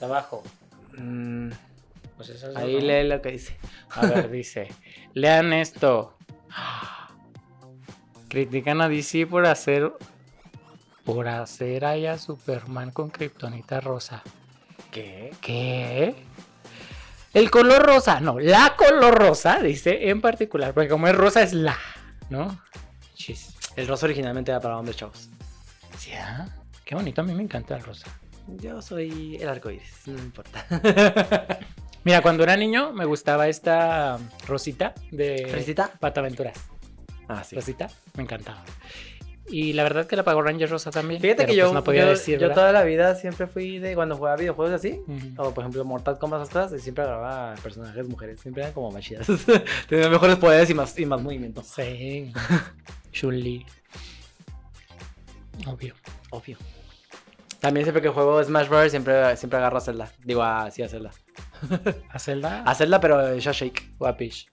[SPEAKER 1] abajo.
[SPEAKER 2] Mm, ahí lee lo que dice.
[SPEAKER 1] A ver, dice. Lean esto. Critican a DC por hacer. Por hacer ahí a Superman con kriptonita rosa.
[SPEAKER 2] ¿Qué?
[SPEAKER 1] ¿Qué? El color rosa, no, la color rosa, dice en particular, porque como es rosa es la, ¿no? Chis.
[SPEAKER 2] El rosa originalmente era para hombres chavos.
[SPEAKER 1] Sí, ah, Qué bonito, a mí me encanta el rosa.
[SPEAKER 2] Yo soy el arco iris, no me importa.
[SPEAKER 1] Mira, cuando era niño me gustaba esta um, rosita de
[SPEAKER 2] ¿Rosita?
[SPEAKER 1] Pataventuras.
[SPEAKER 2] Ah, sí.
[SPEAKER 1] Rosita, me encantaba. Y la verdad que la pagó Ranger Rosa también.
[SPEAKER 2] Fíjate
[SPEAKER 1] pero
[SPEAKER 2] que
[SPEAKER 1] pues
[SPEAKER 2] yo,
[SPEAKER 1] no podía
[SPEAKER 2] yo-
[SPEAKER 1] decir,
[SPEAKER 2] yo
[SPEAKER 1] ¿verdad?
[SPEAKER 2] toda la vida siempre fui de cuando jugaba videojuegos así,
[SPEAKER 1] Ujú.
[SPEAKER 2] o por ejemplo Mortal Kombat, esas cosas, y siempre agarraba personajes mujeres, siempre eran como más chidas. Tenían mejores poderes y más, y más movimiento.
[SPEAKER 1] Sí. Chuli. Obvio.
[SPEAKER 2] Obvio. También siempre que juego Smash Bros. siempre, siempre agarro a Zelda. Digo, ah, sí, a Zelda.
[SPEAKER 1] A Zelda.
[SPEAKER 2] A Zelda, pero ya Shake.
[SPEAKER 1] o a Peach.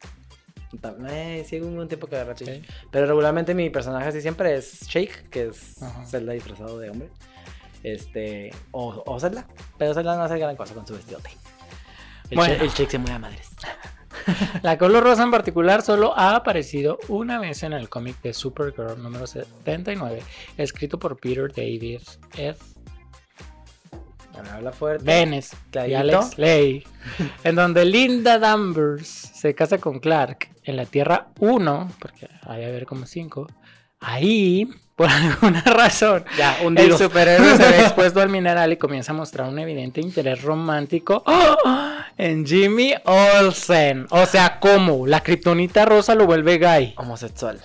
[SPEAKER 2] Eh, sí, hubo un tiempo que agarré a Shake.
[SPEAKER 1] Sí.
[SPEAKER 2] Pero regularmente mi personaje así siempre es Shake, que es
[SPEAKER 1] Ajá.
[SPEAKER 2] Zelda disfrazado de hombre. Este, o, o Zelda. Pero Zelda no hace gran cosa con su vestidote. El,
[SPEAKER 1] Bueno.
[SPEAKER 2] Shake, el Shake se mueve a madres.
[SPEAKER 1] La color rosa en particular solo ha aparecido una vez en el cómic de Supergirl número 79, escrito por Peter David F.
[SPEAKER 2] Ahora habla fuerte.
[SPEAKER 1] Benes y
[SPEAKER 2] Clarito.
[SPEAKER 1] Alex Ley, en donde Linda Danvers se casa con Clark en la Tierra 1, porque hay a ver como 5. Ahí, por alguna razón,
[SPEAKER 2] Ya,
[SPEAKER 1] el
[SPEAKER 2] hundidos.
[SPEAKER 1] superhéroe se ve expuesto al mineral y comienza a mostrar un evidente interés romántico ¡oh! en Jimmy Olsen. O sea, ¿cómo? La kriptonita rosa lo vuelve gay.
[SPEAKER 2] Homosexual.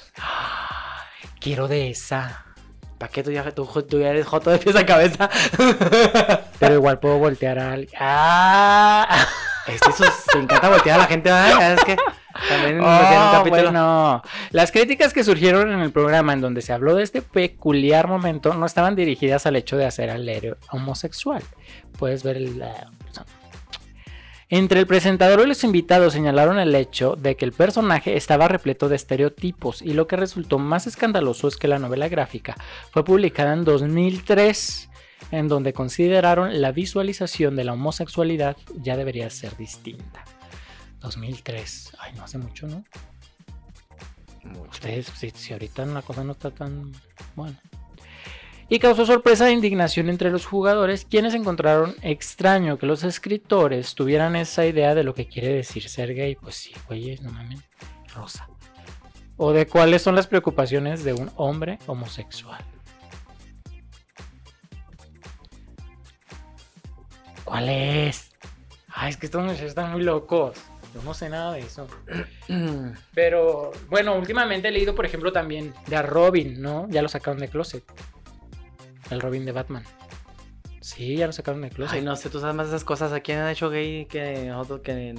[SPEAKER 1] Quiero de esa.
[SPEAKER 2] ¿Para qué tú ya, tú, tú ya eres joto de pies a cabeza?
[SPEAKER 1] Pero igual puedo voltear a alguien. ¡Ah!
[SPEAKER 2] Es que eso se encanta voltear a la gente, ¿verdad? Es que también
[SPEAKER 1] Oh,
[SPEAKER 2] decía en un capítulo.
[SPEAKER 1] bueno. Las críticas que surgieron en el programa en donde se habló de este peculiar momento no estaban dirigidas al hecho de hacer al héroe homosexual. Puedes ver el... la- Entre el presentador y los invitados señalaron el hecho de que el personaje estaba repleto de estereotipos y lo que resultó más escandaloso es que la novela gráfica fue publicada en 2003 en donde consideraron la visualización de la homosexualidad ya debería ser distinta. 2003. Ay, no hace mucho, ¿no? Ustedes, si, si ahorita la cosa no está tan buena. Y causó sorpresa e indignación entre los jugadores, quienes encontraron extraño que los escritores tuvieran esa idea de lo que quiere decir ser gay. Pues sí, güeyes, no mames, rosa. O de cuáles son las preocupaciones de un hombre homosexual. ¿Cuál es? Ay, es que estos muchachos están muy locos. Yo no sé nada de eso. Pero bueno, últimamente he leído, por ejemplo, también de a Robin, ¿no? Ya lo sacaron de closet. El Robin de Batman. Sí, ya lo sacaron de closet.
[SPEAKER 2] Ay, no sé, tú sabes más de esas cosas. ¿A quién han hecho gay que nosotros que,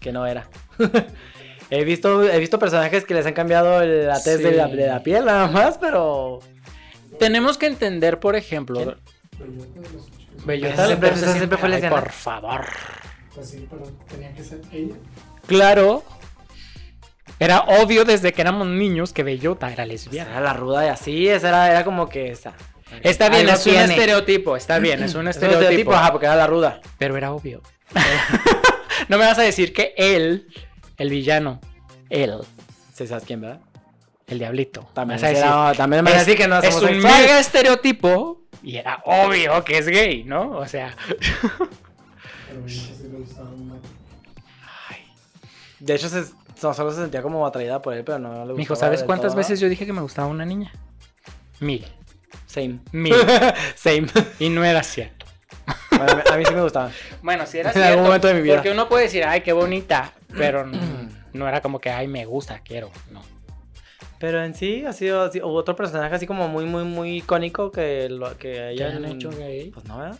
[SPEAKER 2] que no era? he, visto, he visto personajes que les han cambiado el- la tez de, la,
[SPEAKER 1] Sí.
[SPEAKER 2] de la piel nada más, pero... pues,
[SPEAKER 1] Tenemos que entender, por ejemplo.
[SPEAKER 2] Pero
[SPEAKER 1] Bellota
[SPEAKER 2] siempre-
[SPEAKER 1] Lombardi
[SPEAKER 2] siempre fue
[SPEAKER 1] ay,
[SPEAKER 2] lesbiana.
[SPEAKER 1] Por favor.
[SPEAKER 4] Pues sí, pero tenía que ser ella.
[SPEAKER 1] Claro. Era obvio desde que éramos niños que Bellota era lesbiana.
[SPEAKER 2] Era la ruda y así, esa era, era como que esa.
[SPEAKER 1] Está bien,
[SPEAKER 2] Algo
[SPEAKER 1] Ah, es un
[SPEAKER 2] tiene.
[SPEAKER 1] estereotipo, está bien, es un
[SPEAKER 2] Es un estereotipo,
[SPEAKER 1] estereotipo.
[SPEAKER 2] ajá, porque era la ruda.
[SPEAKER 1] Pero era obvio. no me vas a decir que él, el villano, él,
[SPEAKER 2] Sí, sabes quién, ¿verdad?
[SPEAKER 1] el diablito.
[SPEAKER 2] También,
[SPEAKER 1] me vas a decir,
[SPEAKER 2] era- también me
[SPEAKER 1] Ah, es-
[SPEAKER 2] decía que no es,
[SPEAKER 1] es un
[SPEAKER 2] homosexual.
[SPEAKER 1] mega estereotipo y era obvio que es gay, ¿no? O sea,
[SPEAKER 4] Pero ella sí le gustaba un vato.
[SPEAKER 2] De hecho, se, no, solo se sentía como atraída por él, pero no le gustaba.
[SPEAKER 1] mijo, ¿sabes
[SPEAKER 2] del
[SPEAKER 1] cuántas
[SPEAKER 2] todo,
[SPEAKER 1] veces yo dije que me gustaba una niña? Mil.
[SPEAKER 2] Same.
[SPEAKER 1] Mil.
[SPEAKER 2] Same.
[SPEAKER 1] y no era cierto.
[SPEAKER 2] Bueno, a mí- a mí sí me gustaba.
[SPEAKER 1] Bueno, si era
[SPEAKER 2] En
[SPEAKER 1] cierto.
[SPEAKER 2] algún momento de mi vida.
[SPEAKER 1] Porque uno puede decir, ay, qué bonita, pero no, no era como que, ay, me gusta, quiero, no.
[SPEAKER 2] Pero en sí ha sido así, o otro personaje así como muy, muy, muy icónico que, lo, que
[SPEAKER 1] ¿Ya
[SPEAKER 2] hayan
[SPEAKER 1] han hecho gay?
[SPEAKER 2] Pues no, ¿verdad?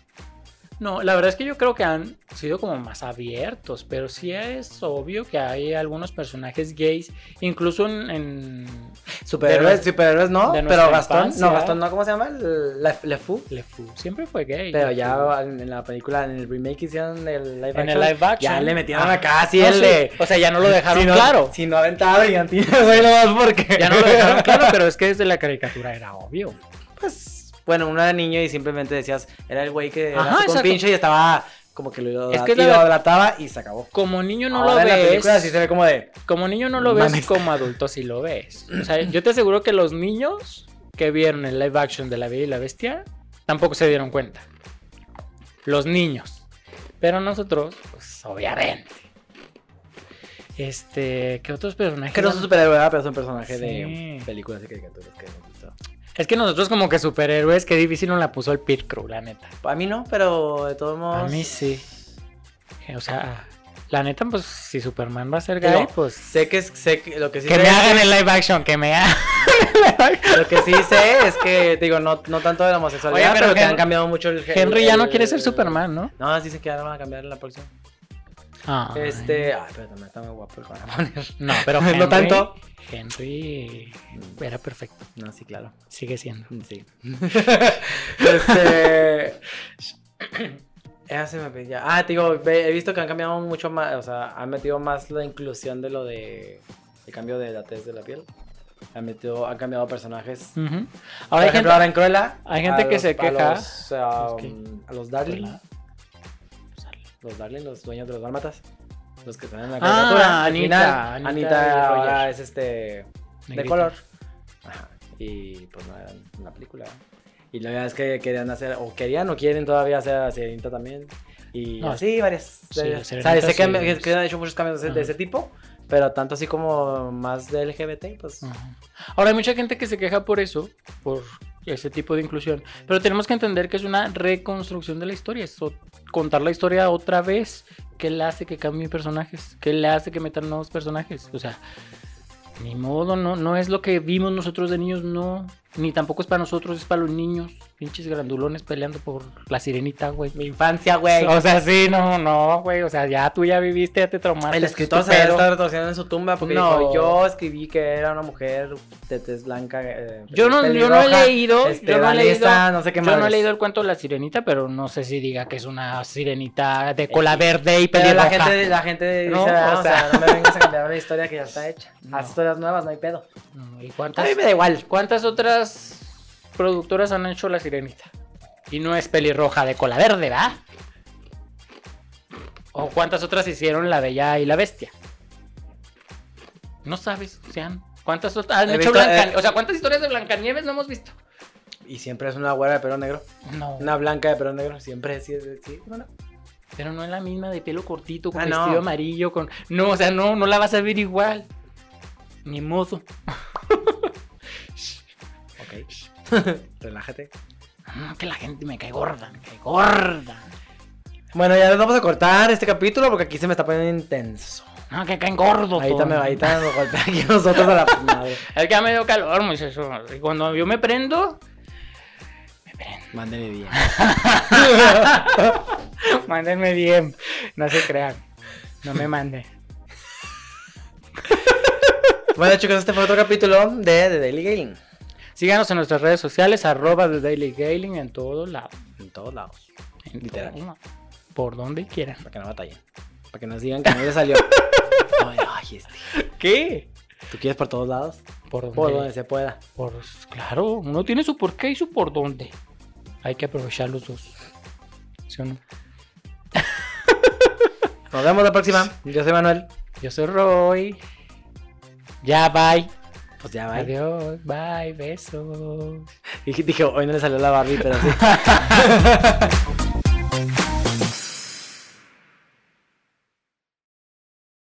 [SPEAKER 1] No, la verdad es que yo creo que han sido como más abiertos, pero sí es obvio que hay algunos personajes gays, incluso en... en
[SPEAKER 2] Superhéroes,
[SPEAKER 1] nues-
[SPEAKER 2] superhéroes no,
[SPEAKER 1] de
[SPEAKER 2] pero
[SPEAKER 1] nuestra
[SPEAKER 2] Gastón,
[SPEAKER 1] infancia.
[SPEAKER 2] no, Gastón no, ¿cómo se llama? El- Le, Le Fou.
[SPEAKER 1] Le Fou siempre fue gay.
[SPEAKER 2] Pero
[SPEAKER 1] Le Fou.
[SPEAKER 2] ya en la película, en el remake que hicieron el live
[SPEAKER 1] En el live action.
[SPEAKER 2] Ya le metieron
[SPEAKER 1] Ah.
[SPEAKER 2] acá así
[SPEAKER 1] No,
[SPEAKER 2] el
[SPEAKER 1] sí,
[SPEAKER 2] de...
[SPEAKER 1] O sea, ya no lo dejaron
[SPEAKER 2] si no,
[SPEAKER 1] claro.
[SPEAKER 2] Si no aventaba brillantina, güey, nomás porque...
[SPEAKER 1] Ya no lo dejaron claro, pero es que desde la caricatura era obvio.
[SPEAKER 2] Pues, bueno, uno era niño y simplemente decías, era el güey que
[SPEAKER 1] Ajá,
[SPEAKER 2] era así con
[SPEAKER 1] exacto.
[SPEAKER 2] pinche y estaba como que lo,
[SPEAKER 1] Es que es la verdad.
[SPEAKER 2] idolatraba y se acabó.
[SPEAKER 1] Como niño no
[SPEAKER 2] Ahora
[SPEAKER 1] lo
[SPEAKER 2] en la
[SPEAKER 1] ves.
[SPEAKER 2] película sí se ve como de.
[SPEAKER 1] Como niño no lo
[SPEAKER 2] Mames.
[SPEAKER 1] ves, como adulto sí lo ves. O sea, yo te aseguro que los niños que vieron el live action de La Bella y la Bestia tampoco se dieron cuenta. Los niños. Pero nosotros, pues obviamente. Este, ¿qué otros personajes?
[SPEAKER 2] Que no es un
[SPEAKER 1] han-
[SPEAKER 2] superhéroe, ¿verdad? pero es un personaje de
[SPEAKER 1] Sí.
[SPEAKER 2] películas y caricaturas que me gustó.
[SPEAKER 1] Es que nosotros como que superhéroes, qué difícil nos la puso el Pit Crew, la neta.
[SPEAKER 2] A mí no, pero de todos modos.
[SPEAKER 1] A mí sí. Eh, O sea, la neta, pues si Superman va a ser
[SPEAKER 2] Digo,
[SPEAKER 1] gay, pues...
[SPEAKER 2] Sé que, es- sé que lo que sí
[SPEAKER 1] Que
[SPEAKER 2] sé-
[SPEAKER 1] me hagan el live action, que me hagan.
[SPEAKER 2] Lo que sí sé es que, te digo, no, no tanto de la homosexualidad,
[SPEAKER 1] Oye,
[SPEAKER 2] pero,
[SPEAKER 1] pero
[SPEAKER 2] que
[SPEAKER 1] Hen-
[SPEAKER 2] han cambiado mucho el el-
[SPEAKER 1] Henry ya no
[SPEAKER 2] el-
[SPEAKER 1] quiere ser Superman, ¿no?
[SPEAKER 2] No, sí se quedaron van a cambiar en la próxima.
[SPEAKER 1] Ah,
[SPEAKER 2] Este. Ay, pero también está muy guapo el que van a poner.
[SPEAKER 1] No, pero Henry,
[SPEAKER 2] No tanto.
[SPEAKER 1] Henry era perfecto.
[SPEAKER 2] No, sí, claro.
[SPEAKER 1] Sigue siendo.
[SPEAKER 2] Sí. este. Ya se me pedía. Ah, te digo, ve- he visto que han cambiado mucho más. O sea, han metido más la inclusión de lo de. El cambio de la tez de la piel. Han, metido, han cambiado personajes.
[SPEAKER 1] Ujú.
[SPEAKER 2] Por
[SPEAKER 1] Ahora hay
[SPEAKER 2] ejemplo,
[SPEAKER 1] gente.
[SPEAKER 2] ahora en Cruella.
[SPEAKER 1] hay gente
[SPEAKER 2] a
[SPEAKER 1] que
[SPEAKER 2] los-
[SPEAKER 1] se
[SPEAKER 2] a
[SPEAKER 1] queja.
[SPEAKER 2] Los, ah,
[SPEAKER 1] Los que-
[SPEAKER 2] um, a los Darling.
[SPEAKER 1] Cruella.
[SPEAKER 2] Los Darling, los dueños de los dálmatas. Los que están en la
[SPEAKER 1] Ah,
[SPEAKER 2] caricatura. Al
[SPEAKER 1] Anita,
[SPEAKER 2] final,
[SPEAKER 1] Anita
[SPEAKER 2] Anita
[SPEAKER 1] y Roger.
[SPEAKER 2] ahora es este de
[SPEAKER 1] Negrita.
[SPEAKER 2] color. Ajá. Y pues no eran una película. ¿verdad? Y la verdad es que querían hacer, o querían o quieren todavía hacer a Sirenita también. Y
[SPEAKER 1] No,
[SPEAKER 2] así varias.
[SPEAKER 1] sí,
[SPEAKER 2] varias-
[SPEAKER 1] la
[SPEAKER 2] o sea,
[SPEAKER 1] Sirenita
[SPEAKER 2] sé que,
[SPEAKER 1] sí
[SPEAKER 2] me-
[SPEAKER 1] es-
[SPEAKER 2] que han hecho muchos cambios de, ese- de
[SPEAKER 1] Ajá.
[SPEAKER 2] ese tipo, pero tanto así como más de LGBT, pues.
[SPEAKER 1] Ajá. Ahora hay mucha gente que se queja por eso, por ese tipo de inclusión. Pero tenemos que entender que es una reconstrucción de la historia. Es o- contar la historia otra vez. ¿Qué le hace que cambien personajes? ¿Qué le hace que metan nuevos personajes? O sea, ni modo, no, no es lo que vimos nosotros de niños, no. Ni tampoco es para nosotros, es para los niños. Pinches grandulones peleando por la sirenita, güey.
[SPEAKER 2] Mi infancia, güey.
[SPEAKER 1] O sea, sí, no, no, güey. O sea, ya tú ya viviste, ya te traumaste.
[SPEAKER 2] El escritor se
[SPEAKER 1] pero-
[SPEAKER 2] está retorciendo en su tumba porque
[SPEAKER 1] este No.
[SPEAKER 2] dijo, yo escribí que era una mujer de tez blanca. eh,
[SPEAKER 1] Yo no, yo no he
[SPEAKER 2] pelirroja,
[SPEAKER 1] leído,
[SPEAKER 2] este,
[SPEAKER 1] yo no he leído,
[SPEAKER 2] danesa, no sé qué
[SPEAKER 1] Yo no he
[SPEAKER 2] madres".
[SPEAKER 1] leído el cuento de la sirenita, pero no sé si diga que es una sirenita de cola verde y
[SPEAKER 2] Eh, Pero la
[SPEAKER 1] pelirroja.
[SPEAKER 2] gente, la gente
[SPEAKER 1] No,
[SPEAKER 2] dice, "Ah,
[SPEAKER 1] o
[SPEAKER 2] o sea, no me vengas a cambiar una historia que ya está hecha.
[SPEAKER 1] No.
[SPEAKER 2] Haz historias nuevas, no hay pedo.
[SPEAKER 1] No, Mm, ¿Y
[SPEAKER 2] A
[SPEAKER 1] cuántas,
[SPEAKER 2] mí me da igual.
[SPEAKER 1] cuántas otras productoras han hecho la sirenita? Y no es pelirroja de cola verde, ¿va? ¿O cuántas otras hicieron la bella y la bestia? No sabes, sean. ¿Cuántas otras han
[SPEAKER 2] He
[SPEAKER 1] hecho
[SPEAKER 2] visto,
[SPEAKER 1] Blanca-
[SPEAKER 2] eh,
[SPEAKER 1] O sea, ¿cuántas historias de Blancanieves no hemos visto?
[SPEAKER 2] Y siempre es una güera de pelo negro.
[SPEAKER 1] No.
[SPEAKER 2] Una blanca de pelo negro. Siempre sí es sí, ¿cómo no?
[SPEAKER 1] Pero no es la misma de pelo cortito, con
[SPEAKER 2] Ah, no.
[SPEAKER 1] vestido amarillo, con. No, o sea, no, no la vas a ver igual. Ni modo.
[SPEAKER 2] Ok. Relájate.
[SPEAKER 1] No, que la gente me cae gorda, me cae gorda.
[SPEAKER 2] Bueno, ya nos vamos a cortar este capítulo porque aquí se me está poniendo intenso.
[SPEAKER 1] No, que caen gordos.
[SPEAKER 2] Ahí
[SPEAKER 1] todos.
[SPEAKER 2] también, ahí también nos golpea aquí nosotros a la madre.
[SPEAKER 1] Es que ya me dio calor, muchachos. Y cuando yo me prendo,
[SPEAKER 2] Mándenle bien.
[SPEAKER 1] mándenme bien. No se crean. No me manden.
[SPEAKER 2] Bueno, chicos, este fue otro capítulo de The Daily Gaming.
[SPEAKER 1] Síganos en nuestras redes sociales, arroba de Daily Galing en todos lados.
[SPEAKER 2] En todos lados.
[SPEAKER 1] En
[SPEAKER 2] Literal.
[SPEAKER 1] todo lado. Por donde quieran.
[SPEAKER 2] Para que no batallen. Para que nos digan que no le salió. Ay, ay, este.
[SPEAKER 1] ¿Qué?
[SPEAKER 2] ¿Tú quieres por todos lados?
[SPEAKER 1] Por donde,
[SPEAKER 2] Por donde se pueda.
[SPEAKER 1] Por, claro, uno tiene su por qué y su por dónde. Hay que aprovechar los dos. ¿Sí o no?
[SPEAKER 2] Nos vemos la próxima. Yo soy Manuel.
[SPEAKER 1] Yo soy Roy. Ya, bye.
[SPEAKER 2] Pues ya va.
[SPEAKER 1] Adiós, bye, besos.
[SPEAKER 2] Y dije, hoy no le salió la Barbie, pero sí.